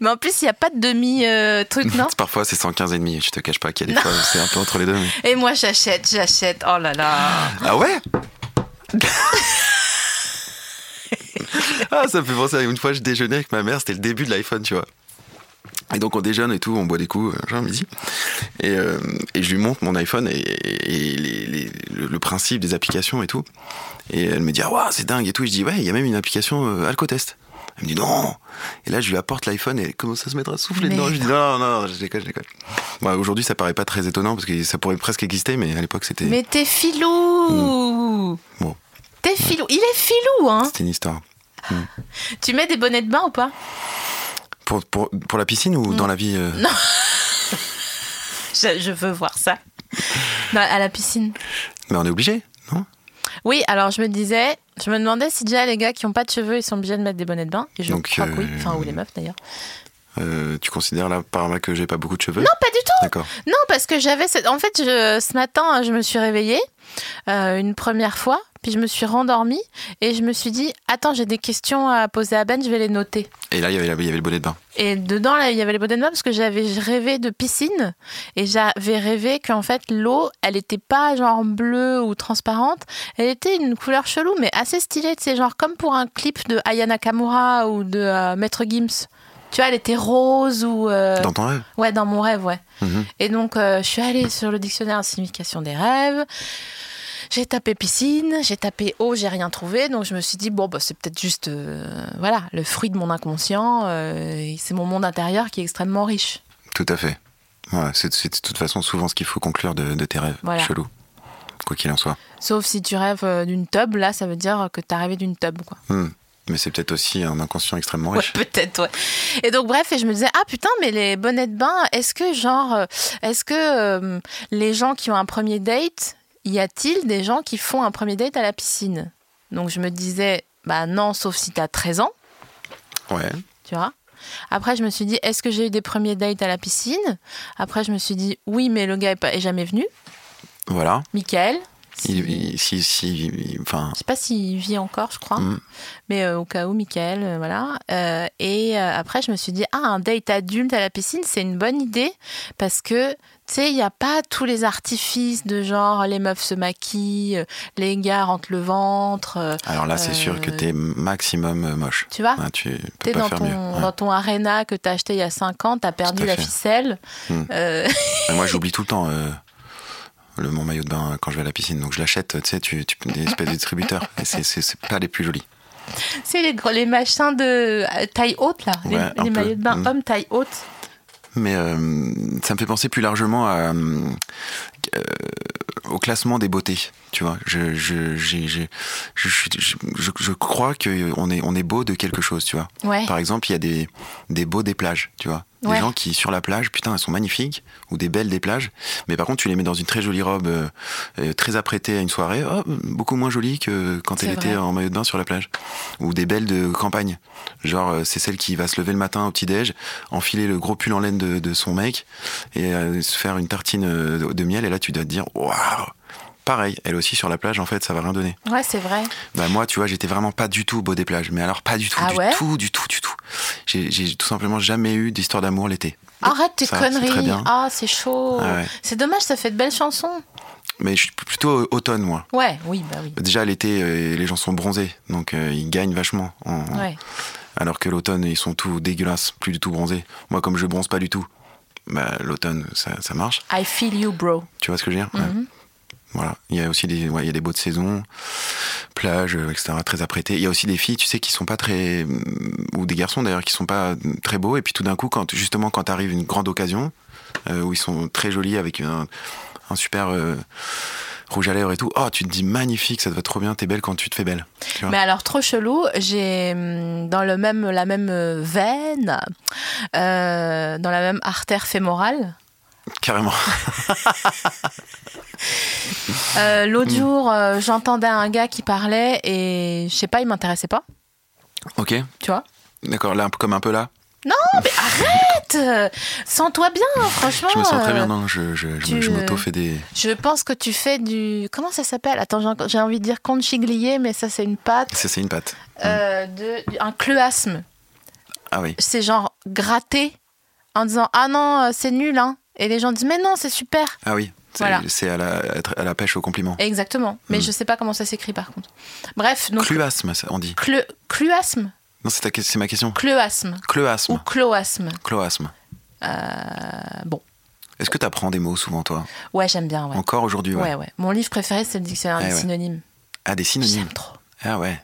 Speaker 1: Mais en plus, il n'y a pas de demi euh, truc, non
Speaker 2: Parfois, c'est 115 et demi. Je te cache pas qu'il y a des fois, où c'est un peu entre les deux. mais-
Speaker 1: Et moi, j'achète, j'achète. Oh là là.
Speaker 2: Ah ouais Ah, ça me fait penser à une fois, je déjeunais avec ma mère, c'était le début de l'iPhone, tu vois. Et donc on déjeune et tout, on boit des coups, euh, genre midi. Et, euh, et je lui montre mon iPhone et, et les- les- le, le principe des applications et tout. Et elle me dit, ah, waouh, c'est dingue et tout. Et je dis, ouais, il y a même une application euh, Alcotest. Elle me dit, non Et là, je lui apporte l'iPhone et elle commence à se mettre à souffler
Speaker 1: Mais
Speaker 2: dedans. Je lui dis, non, non, non, je déconne, je déconne. Bon, Aujourd'hui, ça paraît pas très étonnant parce que ça pourrait presque exister, mais à l'époque, c'était
Speaker 1: Mais t'es filou.
Speaker 2: Hmm. Bon.
Speaker 1: T'es filou. Il est filou, hein
Speaker 2: c'était une histoire.
Speaker 1: Tu mets des bonnets de bain ou pas
Speaker 2: Pour, pour, pour la piscine ou dans la vie euh,
Speaker 1: Non. je, je veux voir ça. Non, à la piscine.
Speaker 2: Mais on est obligé, non
Speaker 1: Oui, alors je me disais, je me demandais si déjà les gars qui n'ont pas de cheveux, ils sont obligés de mettre des bonnets de bain. Et je
Speaker 2: Donc,
Speaker 1: crois que oui.
Speaker 2: euh,
Speaker 1: Enfin, ou les meufs d'ailleurs.
Speaker 2: Euh, Tu considères là par là que j'ai pas beaucoup de cheveux
Speaker 1: Non, pas du tout.
Speaker 2: D'accord.
Speaker 1: Non, parce que j'avais. cette- En fait, je- ce matin, hein, je me suis réveillée euh, une première fois, puis je me suis rendormie et je me suis dit, attends, j'ai des questions à poser à Ben, je vais les noter.
Speaker 2: Et là, il y avait, la- il y avait le bonnet de bain.
Speaker 1: Et dedans, là, il y avait les bonnets de bain parce que j'avais rêvé de piscine et j'avais rêvé qu'en fait, l'eau, elle n'était pas genre bleue ou transparente. Elle était une couleur chelou, mais assez stylée. Tu sais, genre comme pour un clip de Aya Nakamura ou de euh, Maître Gims. Tu vois, elle était rose ou. euh,
Speaker 2: Dans ton rêve
Speaker 1: Ouais, dans mon rêve, ouais.
Speaker 2: Mhm.
Speaker 1: Et donc, euh, je suis allée sur le dictionnaire signification des rêves. J'ai tapé piscine, j'ai tapé eau, j'ai rien trouvé. Donc je me suis dit, bon, bah, c'est peut-être juste euh, voilà, le fruit de mon inconscient. euh, c'est mon monde intérieur qui est extrêmement riche.
Speaker 2: Tout à fait. Ouais, c'est c'est de toute façon souvent ce qu'il faut conclure de, de tes rêves.
Speaker 1: Voilà.
Speaker 2: Chelou. Quoi qu'il en soit.
Speaker 1: Sauf si tu rêves euh, d'une tub, là, ça veut dire que tu as rêvé d'une tub. Quoi.
Speaker 2: Hmm. Mais c'est peut-être aussi un inconscient extrêmement
Speaker 1: Ouais,
Speaker 2: riche.
Speaker 1: peut-être, ouais. Et donc, bref, et je me disais, ah putain, mais les bonnets de bain, est-ce que, genre, euh, est-ce que euh, les gens qui ont un premier date, y a-t-il des gens qui font un premier date à la piscine Donc, je me disais, bah non, sauf si t'as 13 ans,
Speaker 2: Ouais.
Speaker 1: tu vois. Après, je me suis dit, est-ce que j'ai eu des premiers dates à la piscine Après, je me suis dit, oui, mais le gars est, pas- est jamais venu.
Speaker 2: Voilà.
Speaker 1: Michael si-
Speaker 2: Il, il- si, si, il- enfin,
Speaker 1: Je sais pas s'il vit encore, je crois.
Speaker 2: Mm.
Speaker 1: Mais euh, au cas où, Michael, euh, voilà. Euh, et euh, après, je me suis dit, ah, un date adulte à la piscine, c'est une bonne idée parce que, tu sais, il n'y a pas tous les artifices de genre les meufs se maquillent, euh, les gars rentrent le ventre, euh,
Speaker 2: alors là, c'est sûr que
Speaker 1: Euh,
Speaker 2: t'es maximum euh, moche.
Speaker 1: tu vois
Speaker 2: Hein, tu peux
Speaker 1: T'es
Speaker 2: pas
Speaker 1: dans
Speaker 2: faire
Speaker 1: ton,
Speaker 2: mieux. Ouais.
Speaker 1: dans ton arena que t'as acheté il y a 5 ans, t'as perdu
Speaker 2: à
Speaker 1: la
Speaker 2: fait.
Speaker 1: ficelle.
Speaker 2: Mm.
Speaker 1: Euh,
Speaker 2: Mais moi, j'oublie tout le temps euh, le, mon maillot de bain euh, quand je vais à la piscine. Donc, je l'achète, tu sais, tu, tu, des espèces de distributeurs. Et c'est- c'est c'est pas les plus jolis.
Speaker 1: c'est les, gros- les machins de euh, taille haute, là. Les-
Speaker 2: Ouais,
Speaker 1: les
Speaker 2: un peu.
Speaker 1: maillots de bain
Speaker 2: Mm.
Speaker 1: hommes taille haute.
Speaker 2: Mais euh, ça me fait penser plus largement à, euh, au classement des beautés. Tu vois, je, je, j'ai- j'ai- je, suis- je, je, je crois qu'on est, on est beau de quelque chose, tu vois.
Speaker 1: Ouais.
Speaker 2: Par exemple, il y a des, des beaux des plages, tu vois. Des
Speaker 1: Ouais.
Speaker 2: gens qui, sur la plage, putain, elles sont magnifiques, ou des belles des plages, mais par contre, tu les mets dans une très jolie robe, euh, euh, très apprêtée à une soirée, oh, beaucoup moins jolie que quand
Speaker 1: C'est
Speaker 2: elle était
Speaker 1: vrai.
Speaker 2: en maillot de bain sur la plage. Ou des belles de campagne. Genre, euh, c'est celle qui va se lever le matin au petit-déj, enfiler le gros pull en laine de, de son mec, et euh, se faire une tartine euh, de miel, et là, tu dois te dire, waouh! Pareil, elle aussi sur la plage, en fait, ça va rien donner.
Speaker 1: Ouais, c'est vrai.
Speaker 2: Bah moi, tu vois, j'étais vraiment pas du tout beau des plages, mais alors pas du tout,
Speaker 1: Ah
Speaker 2: du
Speaker 1: ouais
Speaker 2: tout, du tout, du tout. J'ai j'ai tout simplement jamais eu d'histoire d'amour l'été.
Speaker 1: Arrête tes
Speaker 2: Ça, c'est très
Speaker 1: conneries.
Speaker 2: bien.
Speaker 1: Ah, c'est chaud.
Speaker 2: Ah ouais.
Speaker 1: C'est dommage, ça fait de belles chansons.
Speaker 2: Mais je suis plutôt automne, moi.
Speaker 1: Ouais, oui, bah oui.
Speaker 2: Déjà l'été, euh, les gens sont bronzés, donc euh, ils gagnent vachement. en-
Speaker 1: Ouais.
Speaker 2: Alors que l'automne, ils sont tout dégueulasses, plus du tout bronzés. Moi, comme je bronze pas du tout, bah, l'automne, ça, ça marche.
Speaker 1: I feel you, bro.
Speaker 2: Tu vois ce que je veux dire Ouais.
Speaker 1: Mhm.
Speaker 2: Voilà. Il y a aussi des, ouais, il y a des beaux de saison, plages, euh, etc., très apprêtées. Il y a aussi des filles, tu sais, qui sont pas très. ou des garçons d'ailleurs, qui sont pas très beaux. Et puis tout d'un coup, quand, justement, quand arrive une grande occasion, euh, où ils sont très jolis avec un, un super euh, rouge à lèvres et tout, oh, tu te dis magnifique, ça te va trop bien, t'es belle quand tu te fais belle. Tu vois
Speaker 1: Mais alors, trop chelou, j'ai hum, dans le même, la même euh, veine, euh, dans la même artère fémorale.
Speaker 2: Carrément.
Speaker 1: Euh, L'autre
Speaker 2: Hmm.
Speaker 1: jour, euh, j'entendais un gars qui parlait et je sais pas, il m'intéressait pas,
Speaker 2: ok.
Speaker 1: tu vois.
Speaker 2: D'accord, là, un peu- comme un peu là.
Speaker 1: Arrête euh, Sens-toi bien, franchement.
Speaker 2: je me sens très bien,
Speaker 1: euh,
Speaker 2: non, je, je, je, me-
Speaker 1: tu,
Speaker 2: je
Speaker 1: euh,
Speaker 2: m'auto-fais des.
Speaker 1: Je pense que tu fais du. Comment ça s'appelle Attends, j'ai- j'ai envie de dire conchiglier, mais ça, c'est une pâte.
Speaker 2: C'est c'est une patte.
Speaker 1: euh, de, un cleuasme.
Speaker 2: Ah oui.
Speaker 1: c'est genre gratter en disant ah non euh, c'est nul hein et les gens disent mais non c'est super
Speaker 2: Ah oui. C'est
Speaker 1: Voilà.
Speaker 2: c'est à, la, à la pêche au compliment.
Speaker 1: exactement
Speaker 2: Hmm.
Speaker 1: mais je sais pas comment ça s'écrit par contre bref donc
Speaker 2: Cluasme, ça, on dit.
Speaker 1: cleu- cleuasme
Speaker 2: Non, c'est ta que- c'est ma question.
Speaker 1: cleuasme ou
Speaker 2: Cloasme.
Speaker 1: cloasme
Speaker 2: Cloasme.
Speaker 1: Euh, bon
Speaker 2: Est-ce que tu apprends des mots souvent, toi
Speaker 1: ouais j'aime bien ouais.
Speaker 2: Encore aujourd'hui, ouais.
Speaker 1: ouais ouais mon livre préféré c'est le dictionnaire
Speaker 2: Eh
Speaker 1: des
Speaker 2: ouais.
Speaker 1: synonymes
Speaker 2: Ah, des synonymes.
Speaker 1: j'aime trop
Speaker 2: Ah ouais.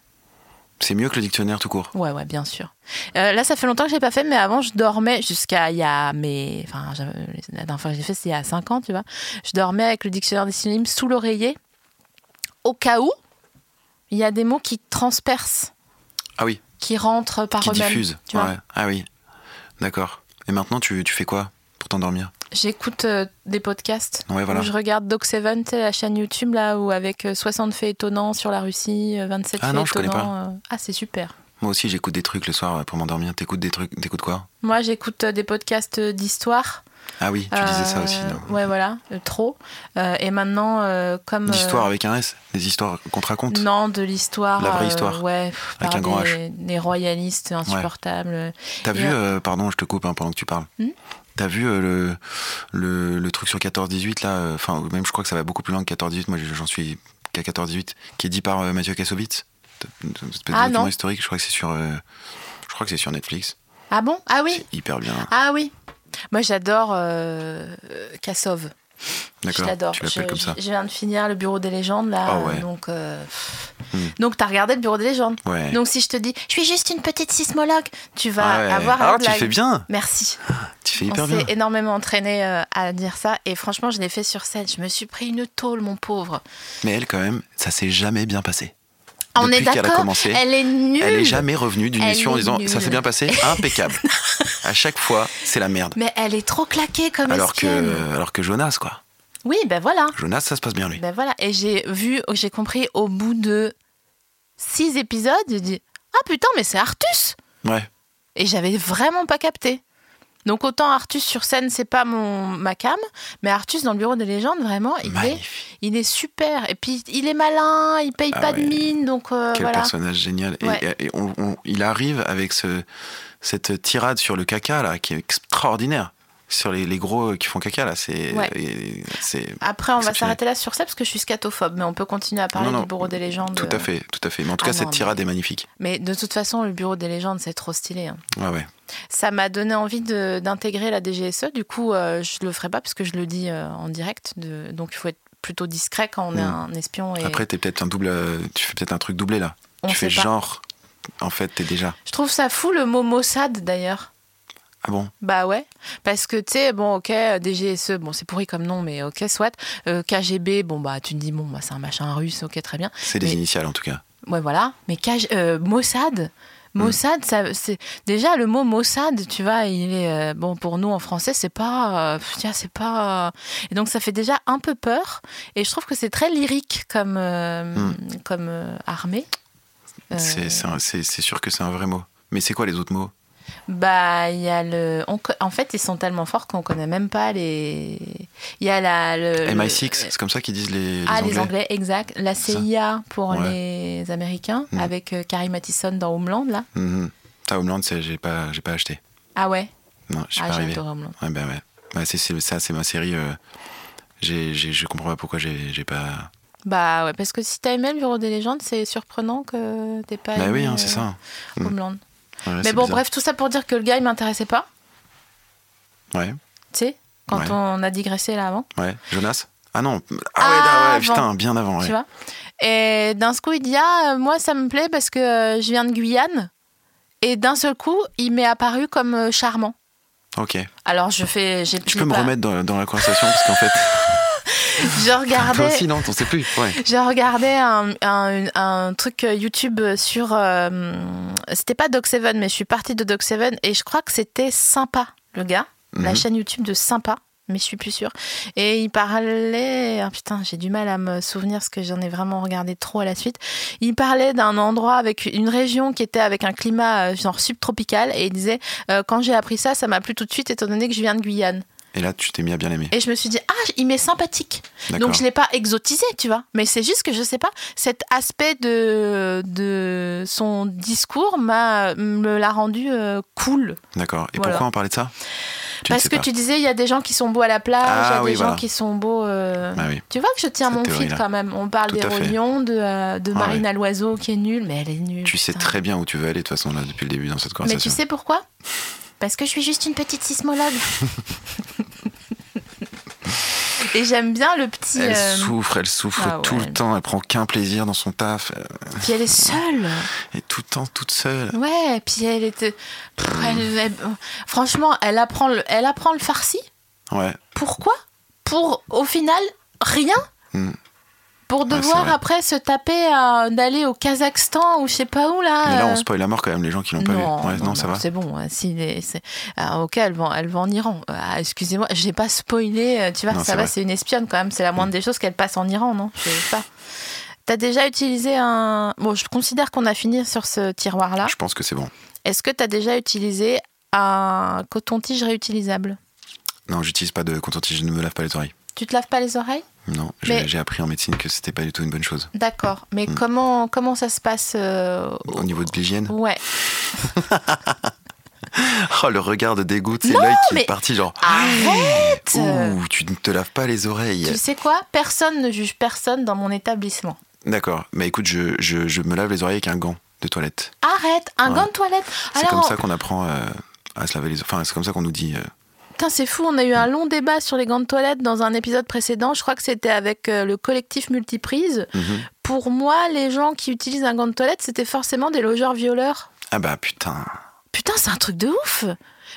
Speaker 2: C'est mieux que le dictionnaire tout court.
Speaker 1: ouais ouais bien sûr Euh, là ça fait longtemps que je l'ai pas fait mais avant je dormais jusqu'à il y a mes enfin j'avais- la dernière fois que j'ai fait c'est il y a 5 ans tu vois je dormais avec le dictionnaire des synonymes sous l'oreiller au cas où il y a des mots qui transpercent
Speaker 2: Ah oui,
Speaker 1: qui rentrent par
Speaker 2: qui
Speaker 1: eux-mêmes.
Speaker 2: diffuse.
Speaker 1: tu vois.
Speaker 2: Ouais. Ah oui. D'accord. Et maintenant, tu, tu fais quoi pour t'endormir
Speaker 1: J'écoute euh, des podcasts.
Speaker 2: Ouais, voilà.
Speaker 1: Où je regarde Doc Seven, tu sais, la chaîne YouTube là où avec euh, 60 faits étonnants sur la Russie, euh, 27
Speaker 2: Ah
Speaker 1: faits
Speaker 2: non, je connais
Speaker 1: étonnants. euh, Ah c'est super.
Speaker 2: Moi aussi, j'écoute des trucs le soir euh, pour m'endormir. T'écoutes des trucs T'écoutes quoi
Speaker 1: Moi j'écoute euh, des podcasts euh, d'histoire.
Speaker 2: Ah oui, tu disais ça aussi.
Speaker 1: Euh,
Speaker 2: non
Speaker 1: Ouais voilà, euh, trop. Euh, et maintenant euh, comme euh,
Speaker 2: D'histoire avec un S Des histoires qu'on te raconte
Speaker 1: non, de l'histoire.
Speaker 2: La vraie
Speaker 1: euh,
Speaker 2: histoire.
Speaker 1: ouais, pff,
Speaker 2: Avec
Speaker 1: par
Speaker 2: un grand
Speaker 1: des, des royalistes insupportables.
Speaker 2: T'as
Speaker 1: Et
Speaker 2: vu,
Speaker 1: à-
Speaker 2: euh, pardon, je te coupe hein, pendant que tu parles.
Speaker 1: Hmm
Speaker 2: T'as vu euh, le, le, le truc sur 14-18, là, euh, enfin, ou même je crois que ça va beaucoup plus loin que 14-18, moi j'en suis qu'à 14-18, qui est dit par euh, Mathieu Kassovitz. T'as- une espèce
Speaker 1: Ah,
Speaker 2: de document
Speaker 1: non.
Speaker 2: historique, je crois que c'est sur, euh, je crois que c'est sur Netflix.
Speaker 1: Ah bon Ah oui.
Speaker 2: C'est hyper bien.
Speaker 1: Ah oui. Moi j'adore euh, euh, Kassov. Je
Speaker 2: D'accord.
Speaker 1: l'adore.
Speaker 2: Tu
Speaker 1: Je,
Speaker 2: l'appelles comme ça.
Speaker 1: je- je viens de finir le bureau des légendes là.
Speaker 2: Ah ouais. Hmm.
Speaker 1: Donc, euh, donc t'as regardé le bureau des légendes.
Speaker 2: Ouais.
Speaker 1: Donc si je te dis, je suis juste une petite sismologue, tu vas
Speaker 2: Ah ouais.
Speaker 1: avoir
Speaker 2: Ah,
Speaker 1: un
Speaker 2: tu fais bien.
Speaker 1: Merci.
Speaker 2: Tu fais
Speaker 1: On
Speaker 2: hyper bien.
Speaker 1: s'est énormément entraîné euh, à dire ça et franchement, je l'ai fait sur scène. Je me suis pris une tôle, mon pauvre.
Speaker 2: Mais elle, quand même, ça s'est jamais bien passé.
Speaker 1: Ah, on
Speaker 2: Depuis
Speaker 1: est
Speaker 2: qu'elle a
Speaker 1: d'accord.
Speaker 2: commencé,
Speaker 1: Elle est nulle.
Speaker 2: Elle est jamais revenue d'une
Speaker 1: Elle
Speaker 2: mission en
Speaker 1: est
Speaker 2: disant ça
Speaker 1: nulle.
Speaker 2: s'est bien passé, impeccable. à chaque fois, c'est la merde.
Speaker 1: Mais elle est trop claquée comme
Speaker 2: Alors
Speaker 1: espionne.
Speaker 2: que, euh, alors que Jonas, quoi.
Speaker 1: Oui, ben voilà.
Speaker 2: Jonas, ça se passe bien lui.
Speaker 1: Ben voilà. Et j'ai vu, j'ai compris au bout de six épisodes, j'ai dit ah putain, mais c'est Artus.
Speaker 2: Ouais.
Speaker 1: Et j'avais vraiment pas capté. Donc autant Artus sur scène, c'est pas mon ma cam, mais Artus dans le bureau des légendes, vraiment, il est,
Speaker 2: Magnifique.
Speaker 1: il est super. Et puis il est malin, il paye
Speaker 2: Ah
Speaker 1: pas
Speaker 2: ouais.
Speaker 1: de mine, donc euh,
Speaker 2: Quel
Speaker 1: voilà.
Speaker 2: personnage génial. Et-
Speaker 1: Ouais.
Speaker 2: Et, et on- on- il arrive avec ce, cette tirade sur le caca, là, qui est extraordinaire. Sur les, les gros qui font caca, là. C'est.
Speaker 1: Ouais.
Speaker 2: et- c'est-
Speaker 1: Après, on va
Speaker 2: Exceptionnel.
Speaker 1: s'arrêter là sur ça parce que je suis scatophobe, mais on peut continuer à parler
Speaker 2: Non, non,
Speaker 1: du bureau des légendes.
Speaker 2: Tout à fait, tout à fait. Mais en tout
Speaker 1: Ah
Speaker 2: cas, cette
Speaker 1: non,
Speaker 2: tirade est magnifique.
Speaker 1: Mais de toute façon, le bureau des légendes, c'est trop stylé. hein.
Speaker 2: Ouais, ouais.
Speaker 1: Ça m'a donné envie de- d'intégrer la DGSE. Du coup, euh, je le ferai pas parce que je le dis euh, en direct. de- donc, il faut être plutôt discret quand on est
Speaker 2: Mm.
Speaker 1: un espion. Et
Speaker 2: Après, t'es peut-être un double. euh, Tu fais peut-être un truc doublé, là.
Speaker 1: on
Speaker 2: tu fais
Speaker 1: sait pas.
Speaker 2: genre. En fait, t'es déjà.
Speaker 1: Je trouve ça fou le mot Mossad d'ailleurs.
Speaker 2: Ah bon
Speaker 1: Bah ouais, parce que tu sais, bon, ok, euh, DGSE, bon, c'est pourri comme nom, mais ok, soit. Euh, KGB, bon, bah, tu te dis, bon, bah, c'est un machin russe, ok, très bien.
Speaker 2: C'est des
Speaker 1: Mais-
Speaker 2: initiales, en tout cas.
Speaker 1: Ouais, voilà. Mais Kaj- euh, Mossad, Mossad,
Speaker 2: Mm.
Speaker 1: ça, c'est déjà le mot Mossad, tu vois, il est euh, bon pour nous en français, c'est pas, euh, pff, tiens, c'est pas. euh, et donc ça fait déjà un peu peur. Et je trouve que c'est très lyrique comme euh, comme euh, armée. Euh,
Speaker 2: Mm. C'est- C'est un- c'est- c'est sûr que c'est un vrai mot. Mais c'est quoi les autres mots
Speaker 1: bah, il y a le. on co- en fait, ils sont tellement forts qu'on connaît même pas les. Il y a la. le- le-
Speaker 2: MI6, c'est comme ça qu'ils disent les, les
Speaker 1: Euh, ah,
Speaker 2: Anglais.
Speaker 1: les Anglais, exact. La
Speaker 2: Ça.
Speaker 1: CIA pour
Speaker 2: Ouais.
Speaker 1: les Américains,
Speaker 2: Mm.
Speaker 1: avec euh, Carrie Mathison dans Homeland, là.
Speaker 2: Mhm. Ça, Homeland, c'est- j'ai pas, j'ai pas acheté.
Speaker 1: Ah ouais
Speaker 2: Non, je suis
Speaker 1: Ah,
Speaker 2: pas
Speaker 1: j'ai
Speaker 2: arrivé.
Speaker 1: adoré Homeland.
Speaker 2: Ouais, ben ouais. Ouais, c'est- c'est- ça, c'est ma série. euh, j'ai- j'ai- je comprends pas pourquoi j'ai j'ai pas.
Speaker 1: Bah ouais, parce que si t'as aimé le Bureau des légendes, c'est surprenant que t'aies pas
Speaker 2: Bah
Speaker 1: aimé
Speaker 2: oui, hein,
Speaker 1: euh,
Speaker 2: c'est ça. Mm.
Speaker 1: Homeland.
Speaker 2: Ouais,
Speaker 1: Mais
Speaker 2: c'est
Speaker 1: bon,
Speaker 2: bizarre.
Speaker 1: bref, tout ça pour dire que le gars, il m'intéressait pas,
Speaker 2: Ouais,
Speaker 1: tu sais, quand
Speaker 2: Ouais.
Speaker 1: on a digressé là avant,
Speaker 2: ouais. Jonas Ah non
Speaker 1: Ah,
Speaker 2: Ah, ouais, ah ouais,
Speaker 1: avant.
Speaker 2: putain, bien avant. ouais.
Speaker 1: tu vois. Et d'un coup, il dit, ah, euh, moi, ça me plaît parce que euh, je viens de Guyane. Et d'un seul coup, il m'est apparu comme euh, charmant.
Speaker 2: Ok.
Speaker 1: Alors, je fais... j'ai-
Speaker 2: Tu
Speaker 1: j'ai
Speaker 2: peux me
Speaker 1: pas-
Speaker 2: remettre dans, dans la conversation parce qu'en fait.
Speaker 1: Je
Speaker 2: Toi
Speaker 1: regardais...
Speaker 2: aussi, non, t'en sais plus. Ouais.
Speaker 1: J'ai regardé un, un- un truc euh, YouTube sur. euh, c'était pas Doc Seven, mais je suis partie de Doc Seven et je crois que c'était Sympa, le gars. La
Speaker 2: Mhm.
Speaker 1: chaîne YouTube de Sympa, mais je suis plus sûre. Et il parlait. ah, putain, j'ai du mal à me souvenir parce que j'en ai vraiment regardé trop à la suite. Il parlait d'un endroit avec une région qui était avec un climat euh, genre subtropical et il disait euh, Quand j'ai appris ça, ça m'a plu tout de suite étant donné que je viens de Guyane.
Speaker 2: Et là, tu t'es mis à bien aimer.
Speaker 1: Et je me suis dit Ah, il m'est sympathique.
Speaker 2: D'accord.
Speaker 1: Donc je l'ai pas exotisé, tu vois. Mais c'est juste que je sais pas, cet aspect de, de son discours m'a me l'a rendu euh, cool.
Speaker 2: D'accord. Et
Speaker 1: Voilà.
Speaker 2: pourquoi on parlait de ça Tu ne
Speaker 1: Parce
Speaker 2: sais
Speaker 1: que
Speaker 2: pas.
Speaker 1: tu disais il y a des gens qui sont beaux à la plage, il y
Speaker 2: Ah
Speaker 1: a
Speaker 2: oui,
Speaker 1: des gens
Speaker 2: voilà.
Speaker 1: qui sont beaux. euh,
Speaker 2: Ah oui.
Speaker 1: Tu vois que je tiens
Speaker 2: Cette
Speaker 1: mon fil
Speaker 2: théorie-là.
Speaker 1: quand même. On parle
Speaker 2: Tout à fait.
Speaker 1: d'Héroïon, de, euh, de
Speaker 2: Ah
Speaker 1: Marina Loiseau qui est nulle, mais elle est nulle.
Speaker 2: Tu sais
Speaker 1: putain.
Speaker 2: très bien où tu veux aller de toute façon là depuis le début dans cette
Speaker 1: Mais
Speaker 2: conversation.
Speaker 1: tu sais pourquoi Parce que je suis juste une petite sismologue. Et j'aime bien le petit.
Speaker 2: Elle
Speaker 1: euh,
Speaker 2: souffre, elle souffre
Speaker 1: ah
Speaker 2: tout
Speaker 1: ouais.
Speaker 2: le temps, elle prend qu'un plaisir dans son taf, euh,
Speaker 1: Puis elle est seule.
Speaker 2: et tout le temps toute seule.
Speaker 1: Ouais, puis elle était. Pff, elle- elle- franchement, elle apprend, le, elle apprend le farci.
Speaker 2: Ouais,
Speaker 1: Pourquoi Pour, au final, rien
Speaker 2: Hmm.
Speaker 1: Pour
Speaker 2: c'est
Speaker 1: devoir
Speaker 2: vrai.
Speaker 1: après se taper à- d'aller au Kazakhstan ou je sais pas où là.
Speaker 2: mais là
Speaker 1: euh,
Speaker 2: on spoil la mort quand même les gens qui l'ont pas vu.
Speaker 1: non,
Speaker 2: Ouais, non,
Speaker 1: non,
Speaker 2: ça
Speaker 1: non,
Speaker 2: va.
Speaker 1: C'est bon. hein, si les- c'est- ah, ok, elle va, elle va en Iran. Ah, Excusez-moi, j'ai pas spoilé. euh, Tu vois,
Speaker 2: Non,
Speaker 1: ça
Speaker 2: c'est
Speaker 1: va,
Speaker 2: vrai. Hmm.
Speaker 1: c'est une espionne quand même. C'est la moindre des choses qu'elle passe en Iran, non Je sais pas. T'as déjà utilisé un. Bon, je considère qu'on a fini sur ce tiroir-là.
Speaker 2: Je pense que c'est bon.
Speaker 1: Est-ce que tu as déjà utilisé un coton-tige réutilisable
Speaker 2: Non, j'utilise pas de coton-tige, je ne me lave pas les oreilles.
Speaker 1: Tu te laves pas les oreilles
Speaker 2: Non, je-
Speaker 1: Mais-
Speaker 2: j'ai appris en médecine que c'était pas du tout une bonne chose.
Speaker 1: D'accord. Mais
Speaker 2: Hmm.
Speaker 1: comment, comment ça se passe euh,
Speaker 2: Au niveau de l'hygiène.
Speaker 1: Ouais.
Speaker 2: Oh, le regard de dégoût, c'est l'œil qui
Speaker 1: mais-
Speaker 2: est parti genre.
Speaker 1: Arrête
Speaker 2: Ouh, tu ne te laves pas les oreilles.
Speaker 1: Tu sais quoi Personne ne juge personne dans mon établissement.
Speaker 2: D'accord, mais écoute, je, je- je me lave les oreilles avec un gant de toilette.
Speaker 1: Arrête Un
Speaker 2: Ouais.
Speaker 1: gant de toilette
Speaker 2: C'est comme
Speaker 1: Alors,
Speaker 2: ça qu'on apprend euh, à se laver les oreilles. Enfin, c'est comme ça qu'on nous dit. euh,
Speaker 1: Putain, c'est fou, on a eu un long débat sur les gants de toilette dans un épisode précédent. Je crois que c'était avec euh, le collectif Multiprise.
Speaker 2: Mhm.
Speaker 1: Pour moi, les gens qui utilisent un gant de toilette, c'était forcément des logeurs violeurs.
Speaker 2: Ah bah putain.
Speaker 1: Putain, c'est un truc de ouf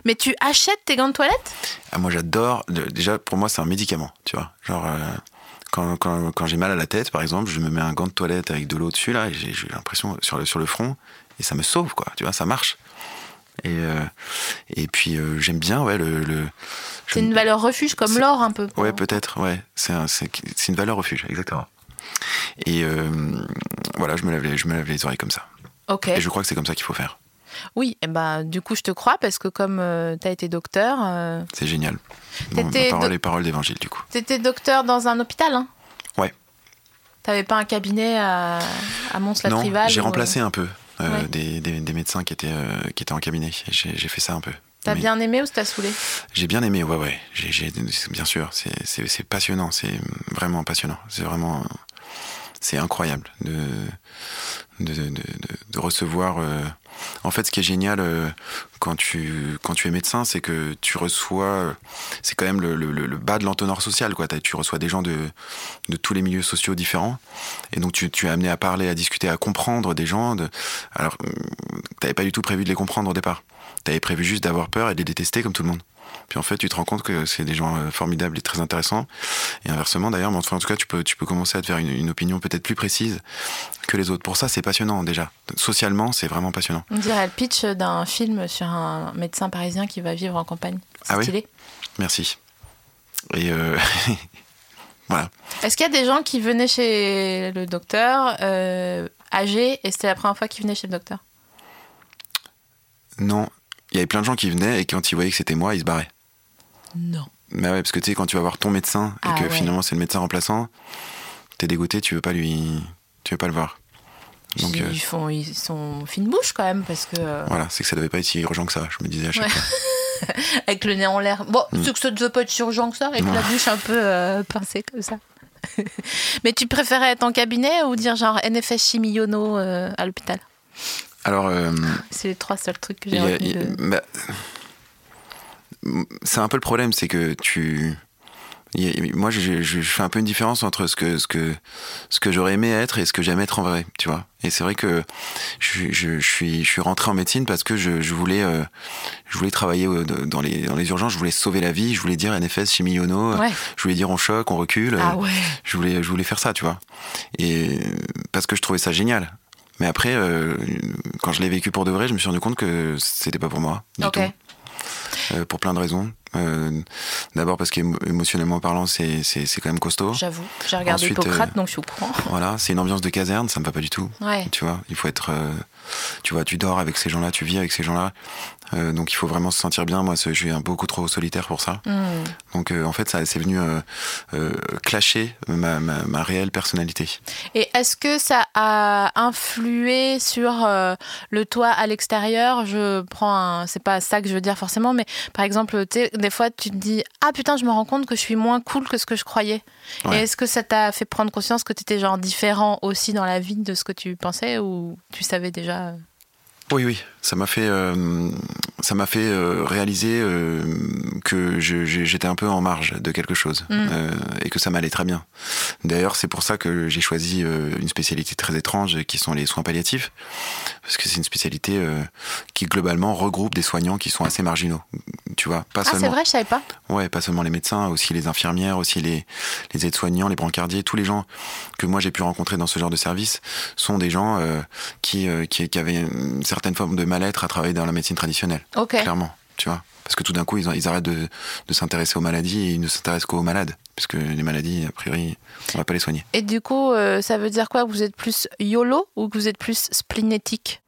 Speaker 1: Mais tu achètes tes gants de toilette
Speaker 2: Ah, moi, j'adore. le- Déjà, pour moi, c'est un médicament, tu vois. Genre, euh, quand, quand- quand j'ai mal à la tête, par exemple, je me mets un gant de toilette avec de l'eau dessus, là, et j'ai j'ai l'impression sur le, sur le front, et ça me sauve, quoi. Tu vois, ça marche. Et, euh, et puis, euh, j'aime bien, ouais, le. le-
Speaker 1: C'est
Speaker 2: je-
Speaker 1: une valeur refuge comme
Speaker 2: C'est-
Speaker 1: l'or un peu.
Speaker 2: Ouais, peut-être, ouais. C'est un- c'est c'est une valeur refuge, exactement. Et euh, voilà, je me, lave les, je me lave les oreilles comme ça.
Speaker 1: Ok.
Speaker 2: Et je crois que c'est comme ça qu'il faut faire.
Speaker 1: Oui, eh ben, du coup, je te crois parce que comme tu as été docteur, euh,
Speaker 2: C'est génial. Bon, ma
Speaker 1: T'étais
Speaker 2: parole
Speaker 1: de-
Speaker 2: est parole d'évangile, du coup.
Speaker 1: tu étais docteur dans un hôpital, hein
Speaker 2: Ouais.
Speaker 1: T'avais pas un cabinet à, à
Speaker 2: non,
Speaker 1: Mons-la-Trivale
Speaker 2: j'ai
Speaker 1: ou- euh,
Speaker 2: remplacé un peu euh,
Speaker 1: Ouais.
Speaker 2: des, des- des médecins qui étaient, euh, qui étaient en cabinet. J'ai j'ai fait ça un peu.
Speaker 1: T'as
Speaker 2: Mais
Speaker 1: bien aimé ou t'as saoulé
Speaker 2: J'ai bien aimé, ouais, ouais. J'ai- j'ai- c'est- bien sûr, c'est- c'est c'est passionnant, c'est vraiment passionnant. C'est vraiment. C'est incroyable de, de, de- de- de recevoir. euh, en fait, ce qui est génial euh, quand, tu, quand tu es médecin, c'est que tu reçois. euh, C'est quand même le, le- le- le bas de l'entonnoir social, quoi. T'as- Tu reçois des gens de, de tous les milieux sociaux différents. Et donc, tu, tu es amené à parler, à discuter, à comprendre des gens. De, alors, euh, t'avais pas du tout prévu de les comprendre au départ. T'avais prévu juste d'avoir peur et de les détester comme tout le monde. Puis en fait, tu te rends compte que c'est des gens euh, formidables et très intéressants. Et inversement, d'ailleurs, mais enfin, en tout cas, tu peux, tu peux commencer à te faire une, une opinion peut-être plus précise que les autres. Pour ça, c'est passionnant déjà. Socialement, c'est vraiment passionnant.
Speaker 1: On dirait le pitch d'un film sur un médecin parisien qui va vivre en campagne. C'est
Speaker 2: Ah oui
Speaker 1: stylé.
Speaker 2: Merci. Et euh, voilà.
Speaker 1: Est-ce qu'il y a des gens qui venaient chez le docteur euh, âgés et c'était la première fois qu'ils venaient chez le docteur
Speaker 2: Non, il y avait plein de gens qui venaient et quand ils voyaient que c'était moi, ils se barraient.
Speaker 1: Non.
Speaker 2: Mais ouais, parce que tu sais, quand tu vas voir ton médecin et
Speaker 1: Ah
Speaker 2: que
Speaker 1: ouais.
Speaker 2: finalement c'est le médecin remplaçant, t'es dégoûté, tu veux pas lui. Tu veux pas le voir. Donc euh,
Speaker 1: ils, font, ils sont fine bouche quand même parce que. euh,
Speaker 2: voilà, c'est que ça devait pas être si urgent que ça, je me disais à chaque
Speaker 1: Ouais.
Speaker 2: fois.
Speaker 1: Avec le nez en l'air. Bon,
Speaker 2: Mm.
Speaker 1: c'est que ça ne devait pas être si urgent que ça, avec
Speaker 2: Ouais.
Speaker 1: la bouche un peu euh, pincée comme ça. Mais tu préférais être en cabinet ou dire genre NFS Chimiono euh, à l'hôpital
Speaker 2: Alors. euh,
Speaker 1: C'est les trois seuls trucs que
Speaker 2: Il
Speaker 1: j'ai
Speaker 2: y a-
Speaker 1: retenus.
Speaker 2: il-
Speaker 1: de-
Speaker 2: bah, c'est un peu le problème, c'est que tu. il y a- moi, je, je- je fais un peu une différence entre ce que, ce que, ce que j'aurais aimé être et ce que j'aime être en vrai, tu vois. Et c'est vrai que je, je- je suis, je suis rentré en médecine parce que je, je voulais, euh, je voulais travailler euh, dans les, dans les urgences, je voulais sauver la vie, je voulais dire NFS, chimie yono,
Speaker 1: Ouais.
Speaker 2: je voulais dire on choque, on recule. euh,
Speaker 1: Ah ouais.
Speaker 2: Je voulais, je voulais faire ça, tu vois. Et parce que je trouvais ça génial. Mais après, euh, quand je l'ai vécu pour de vrai, je me suis rendu compte que c'était pas pour moi du
Speaker 1: Ok.
Speaker 2: tout, Euh, pour plein de raisons. Euh, D'abord parce qu'émotionnellement parlant, c'est c'est- c'est quand même costaud.
Speaker 1: J'avoue. J'ai regardé
Speaker 2: Ensuite,
Speaker 1: Hippocrate,
Speaker 2: euh,
Speaker 1: donc je suis au courant.
Speaker 2: Voilà, c'est une ambiance de caserne, ça me va pas du tout.
Speaker 1: Ouais.
Speaker 2: Tu vois, il faut être, euh, tu vois, tu dors avec ces gens-là, tu vis avec ces gens-là, Euh, donc il faut vraiment se sentir bien. Moi, ce- je suis un beaucoup trop solitaire pour ça.
Speaker 1: Hmm.
Speaker 2: Donc euh, en fait, ça, c'est venu euh, euh, clasher ma, ma- ma réelle personnalité.
Speaker 1: Et est-ce que ça a influé sur euh, le toit à l'extérieur Je prends un. C'est pas ça que je veux dire forcément, mais par exemple, tu sais, des fois, tu te dis Ah putain, je me rends compte que je suis moins cool que ce que je croyais.
Speaker 2: Ouais.
Speaker 1: Et est-ce que ça t'a fait prendre conscience que tu étais genre différent aussi dans la vie de ce que tu pensais ou tu savais déjà euh,
Speaker 2: Oui, oui, ça m'a fait, euh, ça m'a fait euh, réaliser euh, que je- je- j'étais un peu en marge de quelque
Speaker 1: Mm.
Speaker 2: chose euh, et que ça m'allait très bien. D'ailleurs, c'est pour ça que j'ai choisi euh, une spécialité très étrange qui sont les soins palliatifs, parce que c'est une spécialité euh, qui globalement regroupe des soignants qui sont assez marginaux. Tu vois, pas
Speaker 1: Ah, c'est
Speaker 2: seulement.
Speaker 1: vrai, je savais pas.
Speaker 2: Ouais, pas seulement les médecins, aussi les infirmières, aussi les, les aides-soignants, les brancardiers, tous les gens que moi j'ai pu rencontrer dans ce genre de service sont des gens euh, qui, euh, qui, qui avaient une certaine forme de mal-être à travailler dans la médecine traditionnelle,
Speaker 1: Ok.
Speaker 2: clairement, tu vois. Parce que tout d'un coup, ils, ils arrêtent de, de s'intéresser aux maladies et ils ne s'intéressent qu'aux malades, parce que les maladies, a priori, on va pas les soigner.
Speaker 1: Et du coup, euh, ça veut dire quoi que Vous êtes plus YOLO ou que vous êtes plus splinétique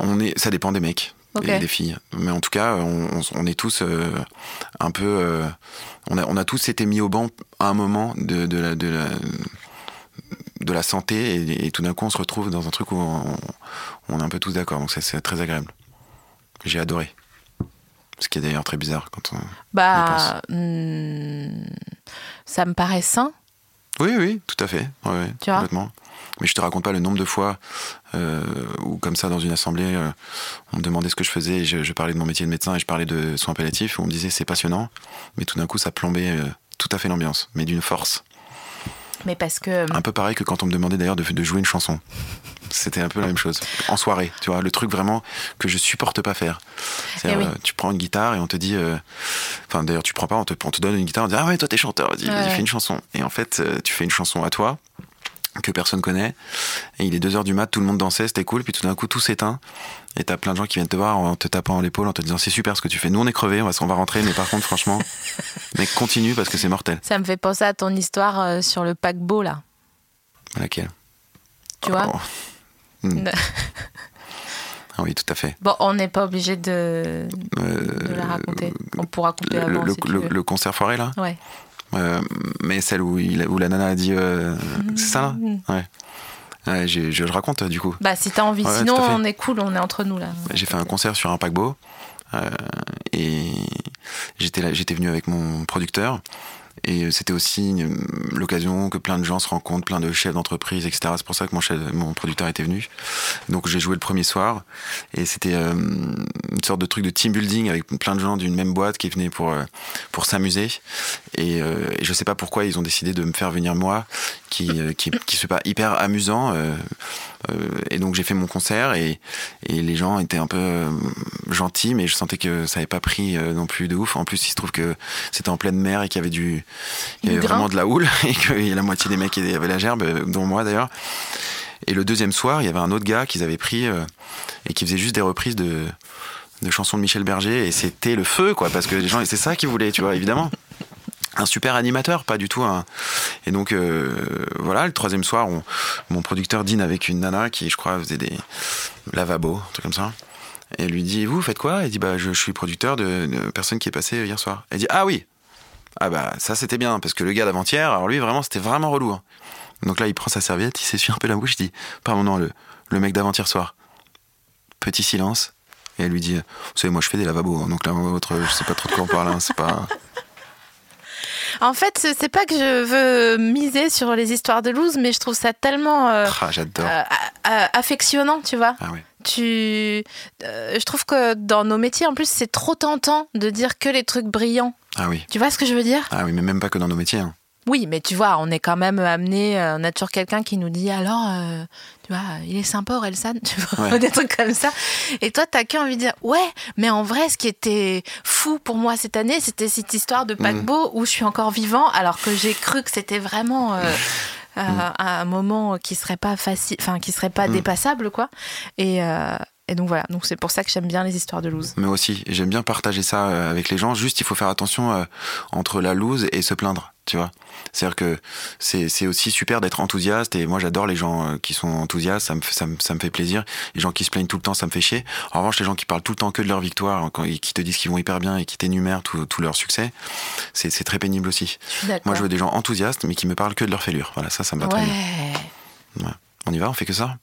Speaker 2: On est, ça dépend des mecs.
Speaker 1: Ok.
Speaker 2: Et des filles. Mais en tout cas, on, on- on est tous euh, un peu. euh, on, a, on a tous été mis au banc à un moment de, de la, de, la, de la santé et, et tout d'un coup, on se retrouve dans un truc où on, on est un peu tous d'accord. Donc, ça, c'est très agréable. J'ai adoré. Ce qui est d'ailleurs très bizarre quand on.
Speaker 1: Bah. hmm, ça me paraît sain.
Speaker 2: Oui, oui, tout à fait. Ouais, ouais,
Speaker 1: Tu vois
Speaker 2: complètement. Mais je te raconte pas le nombre de fois euh, où, comme ça, dans une assemblée, euh, on me demandait ce que je faisais. Et je, je parlais de mon métier de médecin et je parlais de soins palliatifs. Où on me disait c'est passionnant, mais tout d'un coup, ça plombait euh, tout à fait l'ambiance, mais d'une force.
Speaker 1: Mais parce que.
Speaker 2: Un peu pareil que quand on me demandait d'ailleurs de, de jouer une chanson. C'était un peu
Speaker 1: Ah.
Speaker 2: la même chose. En soirée, tu vois, le truc vraiment que je supporte pas faire. C'est-à-dire,
Speaker 1: Eh oui.
Speaker 2: euh, tu prends une guitare et on te dit. euh, Enfin, d'ailleurs, tu prends pas, on te, on te donne une guitare, on te dit Ah ouais, toi t'es chanteur, vas-y, vas-y,
Speaker 1: Ouais.
Speaker 2: fais une chanson. Et en fait, euh, tu fais une chanson à toi que personne connaît. Et il est 2h du mat, tout le monde dansait, c'était cool. Puis tout d'un coup, tout s'éteint. Et t'as plein de gens qui viennent te voir en te tapant l'épaule, en te disant C'est super ce que tu fais. Nous, on est crevés, on va, s- on va rentrer. Mais par contre, franchement, mec, continue parce que c'est mortel.
Speaker 1: Ça me fait penser à ton histoire euh, sur le paquebot, là.
Speaker 2: Laquelle
Speaker 1: Tu vois
Speaker 2: Oh. Hmm.
Speaker 1: Ne-
Speaker 2: Ah oui, tout à fait.
Speaker 1: Bon, on n'est pas obligé de,
Speaker 2: Euh,
Speaker 1: de la raconter. On pourra couper
Speaker 2: le,
Speaker 1: avant,
Speaker 2: le-
Speaker 1: si tu
Speaker 2: le-
Speaker 1: veux.
Speaker 2: le concert foiré là
Speaker 1: Ouais.
Speaker 2: Euh, mais celle où, il- où la nana a dit euh, c'est ça là
Speaker 1: Mm.
Speaker 2: ouais, Ouais, j'ai- je le raconte du coup
Speaker 1: Bah, si t'as envie.
Speaker 2: Ouais,
Speaker 1: Sinon,
Speaker 2: tout à fait.
Speaker 1: on est cool, on est entre nous, là.
Speaker 2: j'ai fait un concert sur un paquebot euh, et j'étais là j'étais venu avec mon producteur et c'était aussi euh, l'occasion que plein de gens se rencontrent, plein de chefs d'entreprise, etc. C'est pour ça que mon, chef, mon producteur était venu. Donc j'ai joué le premier soir et c'était euh, une sorte de truc de team building avec plein de gens d'une même boîte qui venaient pour, euh, pour s'amuser. Et, euh, et je sais pas pourquoi ils ont décidé de me faire venir moi, qui euh, qui, qui suis pas hyper amusant. euh, euh, et donc j'ai fait mon concert et, et les gens étaient un peu euh, gentils, mais je sentais que ça avait pas pris euh, non plus de ouf. En plus, il se trouve que c'était en pleine mer et qu'il y avait du, il y
Speaker 1: Du
Speaker 2: avait
Speaker 1: grain.
Speaker 2: vraiment de la houle et que la moitié des mecs qui avaient la gerbe, euh, dont moi d'ailleurs. Et le deuxième soir, il y avait un autre gars qu'ils avaient pris euh, et qui faisait juste des reprises de, de chansons de Michel Berger et c'était le feu quoi parce que les gens c'est ça qu'ils voulaient tu vois évidemment un super animateur pas du tout un et donc euh, voilà le troisième soir on- mon producteur dîne avec une nana qui je crois faisait des lavabos un truc comme ça et elle lui dit vous faites quoi elle dit bah je, je suis producteur de, de personne qui est passée hier soir elle dit ah oui ah bah ça c'était bien parce que le gars d'avant-hier alors lui vraiment c'était vraiment relou hein. donc là il prend sa serviette il s'essuie un peu la bouche il dit pardon non le le mec d'avant-hier soir Petit silence. Et elle lui dit, vous savez, moi je fais des lavabos, hein, donc là, votre, je sais pas trop de quoi on parle, hein, c'est pas...
Speaker 1: En fait, c'est c'est pas que je veux miser sur les histoires de loose, mais je trouve ça tellement euh,
Speaker 2: Ah, j'adore.
Speaker 1: euh, a- a- affectionnant, tu vois.
Speaker 2: Ah ouais.
Speaker 1: Tu, euh, je trouve que dans nos métiers, en plus, c'est trop tentant de dire que les trucs brillants.
Speaker 2: Ah oui.
Speaker 1: Tu vois ce que je veux dire
Speaker 2: Ah oui, mais même pas que dans nos métiers. hein.
Speaker 1: Oui, mais tu vois, on est quand même amené, euh, on a toujours quelqu'un qui nous dit alors, euh, tu vois, il est sympa Orelsan, tu vois,
Speaker 2: Ouais.
Speaker 1: des trucs comme ça. Et toi, t'as qu'à envie de dire ouais, mais en vrai, ce qui était fou pour moi cette année, c'était cette histoire de
Speaker 2: Mm.
Speaker 1: paquebot où je suis encore vivant, alors que j'ai cru que c'était vraiment. euh,
Speaker 2: Mm.
Speaker 1: euh, un moment qui serait pas facile, enfin qui serait pas dépassable quoi. Et, euh, et donc voilà, donc c'est pour ça que j'aime bien les histoires de loose.
Speaker 2: Mais aussi, j'aime bien partager ça euh, avec les gens, juste il faut faire attention euh, entre la loose et se plaindre, tu vois. C'est-à-dire que c'est c'est aussi super d'être enthousiaste, et moi j'adore les gens euh, qui sont enthousiastes, ça me, fait- ça, me, ça me fait plaisir. Les gens qui se plaignent tout le temps, ça me fait chier. En revanche, les gens qui parlent tout le temps que de leur victoire, hein, quand- et qui te disent qu'ils vont hyper bien et qui t'énumèrent tout, tout leur succès, c'est c'est très pénible aussi.
Speaker 1: Je suis d'accord.
Speaker 2: Moi, je veux des gens enthousiastes, mais qui me parlent que de leur fêlure. Voilà, ça, ça me va très bien.
Speaker 1: ouais.
Speaker 2: Ouais. On y va, on fait que ça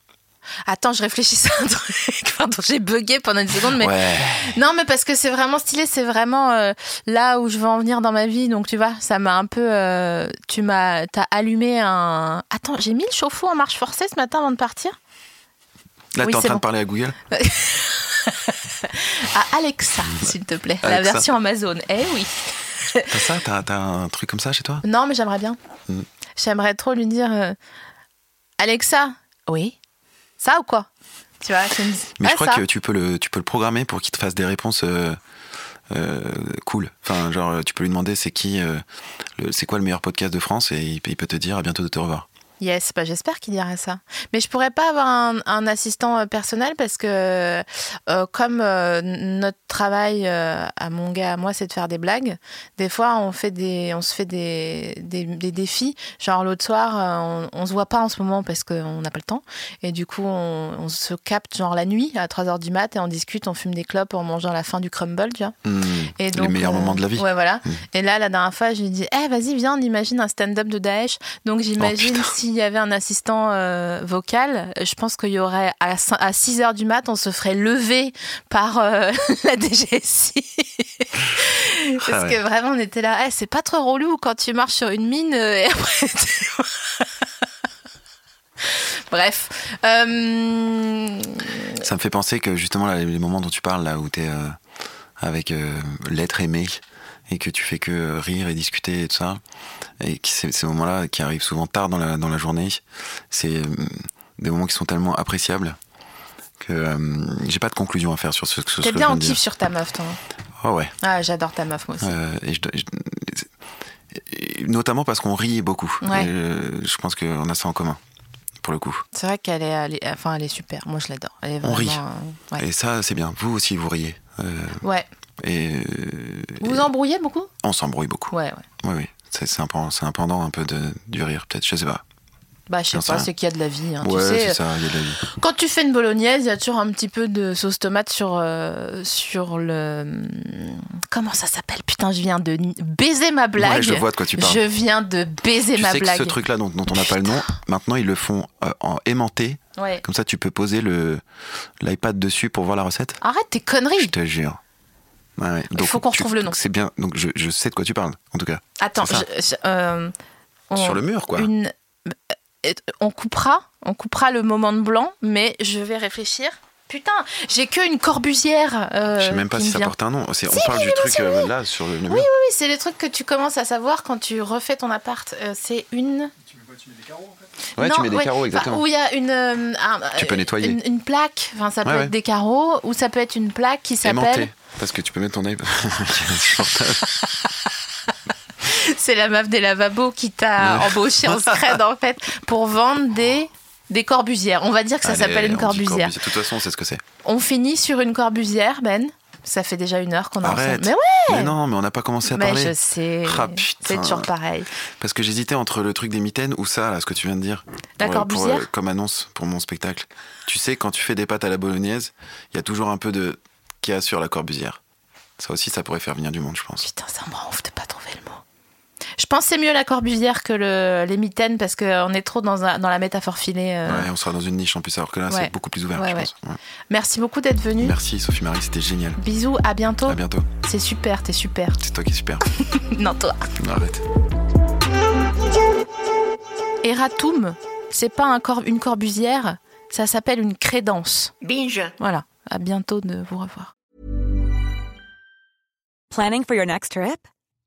Speaker 1: Attends, je réfléchissais à un truc. Pardon, j'ai bugué pendant une seconde, mais
Speaker 2: Ouais.
Speaker 1: non, mais parce que c'est vraiment stylé, c'est vraiment euh, là où je veux en venir dans ma vie. Donc tu vois, ça m'a un peu, euh, tu m'as, t'as allumé un. Attends, j'ai mis le chauffe-eau en marche forcée ce matin avant de partir
Speaker 2: Là,
Speaker 1: Oui,
Speaker 2: t'es en
Speaker 1: c'est
Speaker 2: train
Speaker 1: bon.
Speaker 2: de parler à Google
Speaker 1: à Alexa, s'il te plaît, la
Speaker 2: Alexa.
Speaker 1: version Amazon. Eh oui.
Speaker 2: T'as ça T'as t'as un truc comme ça chez toi
Speaker 1: Non, mais j'aimerais bien.
Speaker 2: Mm.
Speaker 1: J'aimerais trop lui dire euh, Alexa. Oui. Ça ou quoi Tu vois, tu me dis,
Speaker 2: Mais
Speaker 1: Ah,
Speaker 2: je crois
Speaker 1: ça.
Speaker 2: que tu peux, le, tu peux le programmer pour qu'il te fasse des réponses euh, euh, cool. Enfin, genre, euh, tu peux lui demander c'est qui, euh, le- c'est quoi le meilleur podcast de France et il, il peut te dire à bientôt de te revoir.
Speaker 1: Yes, bah j'espère qu'il dira ça. Mais je pourrais pas avoir un, un assistant euh, personnel parce que euh, comme euh, notre travail euh, à mon gars, à moi, c'est de faire des blagues. Des fois, on fait des, on se fait des, des, des défis. Genre l'autre soir, euh, on, on se voit pas en ce moment parce qu'on n'a pas le temps. Et du coup, on, on se capte genre la nuit à 3 heures du mat et on discute, on fume des clopes en mangeant la fin du crumble, tu vois.
Speaker 2: Hmm.
Speaker 1: Et donc,
Speaker 2: Les
Speaker 1: euh,
Speaker 2: meilleurs moments de la vie.
Speaker 1: Ouais, voilà.
Speaker 2: Mm.
Speaker 1: Et là, la dernière fois, je lui ai dit Eh, vas-y, viens, on imagine un stand-up de Daesh. Donc, j'imagine
Speaker 2: Oh, putain.
Speaker 1: s'il y avait un assistant euh, vocal, je pense qu'il y aurait à, cin- à 6 heures du mat, on se ferait lever par euh, la DGSI. Parce
Speaker 2: Ah ouais.
Speaker 1: que vraiment, on était là. Eh, c'est pas trop relou quand tu marches sur une mine euh, et après. tu- Bref. Euh,
Speaker 2: Ça me fait penser que justement, là, les moments dont tu parles, là, où t'es euh, avec euh, l'être aimé et que tu fais que euh, rire et discuter et tout ça, et qui, ces, ces moments-là qui arrivent souvent tard dans la, dans la journée, c'est euh, des moments qui sont tellement appréciables que euh, j'ai pas de conclusion à faire sur ce, sur ce
Speaker 1: T'es
Speaker 2: que
Speaker 1: bien
Speaker 2: je
Speaker 1: en
Speaker 2: viens de
Speaker 1: kiff
Speaker 2: dire.
Speaker 1: sur ta meuf, toi.
Speaker 2: Oh ouais.
Speaker 1: Ah, j'adore ta meuf, moi aussi.
Speaker 2: Euh, et je dois- je- et- notamment parce qu'on rit beaucoup.
Speaker 1: Ouais.
Speaker 2: Et, euh, je pense qu'on a ça en commun, pour le coup.
Speaker 1: C'est vrai qu'elle est, elle est- enfin, elle est super. Moi, je l'adore. Elle est
Speaker 2: On
Speaker 1: vraiment.
Speaker 2: rit.
Speaker 1: euh, ouais.
Speaker 2: Et ça, c'est bien. Vous aussi, vous riez. Euh,
Speaker 1: Ouais.
Speaker 2: et, euh,
Speaker 1: Vous
Speaker 2: et
Speaker 1: vous embrouillez beaucoup
Speaker 2: on s'embrouille beaucoup.
Speaker 1: Ouais, ouais.
Speaker 2: Oui, oui. C'est c'est un, pen- c'est un pendant un peu de, du rire, peut-être. Je sais pas.
Speaker 1: Bah, je sais
Speaker 2: J'en sais
Speaker 1: pas,
Speaker 2: rien.
Speaker 1: c'est qu'il y a de la vie. hein.
Speaker 2: ouais,
Speaker 1: tu sais,
Speaker 2: c'est ça. Il y a de la vie.
Speaker 1: Quand tu fais une bolognaise, il y a toujours un petit peu de sauce tomate sur, euh, sur le. hmm, Comment ça s'appelle Putain, je viens de n- baiser ma blague.
Speaker 2: Ouais, je vois de quoi tu parles.
Speaker 1: Je viens de baiser
Speaker 2: Tu
Speaker 1: ma
Speaker 2: sais
Speaker 1: blague.
Speaker 2: que ce truc-là dont, dont on n'a pas le nom, maintenant ils le font euh, en aimanté.
Speaker 1: Ouais.
Speaker 2: Comme ça, tu peux poser le- l'iPad dessus pour voir la recette.
Speaker 1: Arrête tes
Speaker 2: Je
Speaker 1: conneries.
Speaker 2: te jure. Ouais, ouais.
Speaker 1: Ah Il
Speaker 2: Donc,
Speaker 1: faut qu'on
Speaker 2: tu-
Speaker 1: retrouve le nom.
Speaker 2: C'est bien. Donc, je, je sais de quoi tu parles, en tout cas.
Speaker 1: Attends,
Speaker 2: C'est ça.
Speaker 1: je- je- euh, on,
Speaker 2: Sur le mur, quoi.
Speaker 1: une- euh, on coupera, on coupera le moment de blanc, mais je vais réfléchir. Putain, j'ai que une corbusière. euh,
Speaker 2: Je sais même pas
Speaker 1: qui
Speaker 2: si
Speaker 1: me
Speaker 2: ça
Speaker 1: vient.
Speaker 2: porte un nom. C'est- On parle du truc euh, là sur le le mur.
Speaker 1: Oui, c'est les trucs que tu commences à savoir quand tu refais ton appart. Euh, c'est une.
Speaker 2: Ouais, tu
Speaker 1: Non,
Speaker 2: mets des
Speaker 1: ouais.
Speaker 2: carreaux,
Speaker 1: Enfin,
Speaker 2: exactement.
Speaker 1: où il y a une, euh, un-
Speaker 2: Tu peux nettoyer.
Speaker 1: une, une plaque, enfin, ça peut
Speaker 2: Ouais,
Speaker 1: être
Speaker 2: ouais.
Speaker 1: des carreaux, ou ça peut être une plaque qui s'appelle.
Speaker 2: Aimanté. Parce que tu peux mettre ton iPad.
Speaker 1: C'est la meuf des lavabos qui t'a embauché en scred, en fait, pour vendre des, des corbusières. On va dire que ça
Speaker 2: Allez,
Speaker 1: s'appelle
Speaker 2: on
Speaker 1: une
Speaker 2: dit
Speaker 1: corbusière.
Speaker 2: De toute façon, c'est ce que c'est.
Speaker 1: On finit sur une corbusière, Ben. Ça fait déjà une heure qu'on est ensemble.
Speaker 2: Arrête.
Speaker 1: Mais ouais,
Speaker 2: Mais non, mais on n'a pas commencé à
Speaker 1: mais
Speaker 2: parler.
Speaker 1: je sais.
Speaker 2: Ah, putain.
Speaker 1: c'est toujours pareil.
Speaker 2: Parce que j'hésitais entre le truc des mitaines ou ça, là, ce que tu viens de dire.
Speaker 1: La
Speaker 2: Pour, euh, pour,
Speaker 1: Corbusière
Speaker 2: euh, Comme annonce pour mon spectacle. Tu sais, quand tu fais des pâtes à la bolognaise, il y a toujours un peu de. qui assure la corbusière. Ça aussi, ça pourrait faire venir du monde, je pense.
Speaker 1: Putain, ça me rend ouf de pas trouver le mot. Je pense que c'est mieux la corbusière que le, les mitaines parce qu'on est trop dans, un- dans la métaphore filée. euh.
Speaker 2: Ouais, on sera dans une niche en plus, alors que là,
Speaker 1: Ouais.
Speaker 2: c'est beaucoup plus ouvert,
Speaker 1: Ouais,
Speaker 2: je
Speaker 1: ouais.
Speaker 2: pense. Ouais.
Speaker 1: Merci beaucoup d'être venu.
Speaker 2: Merci, Sophie Marie, c'était génial.
Speaker 1: Bisous, à bientôt.
Speaker 2: À bientôt.
Speaker 1: C'est super, t'es super.
Speaker 2: C'est toi qui es super.
Speaker 1: non, toi.
Speaker 2: Arrête.
Speaker 1: Eratum, c'est pas un cor- une corbusière, ça s'appelle une crédence.
Speaker 3: Binge.
Speaker 1: Voilà, à bientôt de vous revoir.
Speaker 4: Planning for your next trip?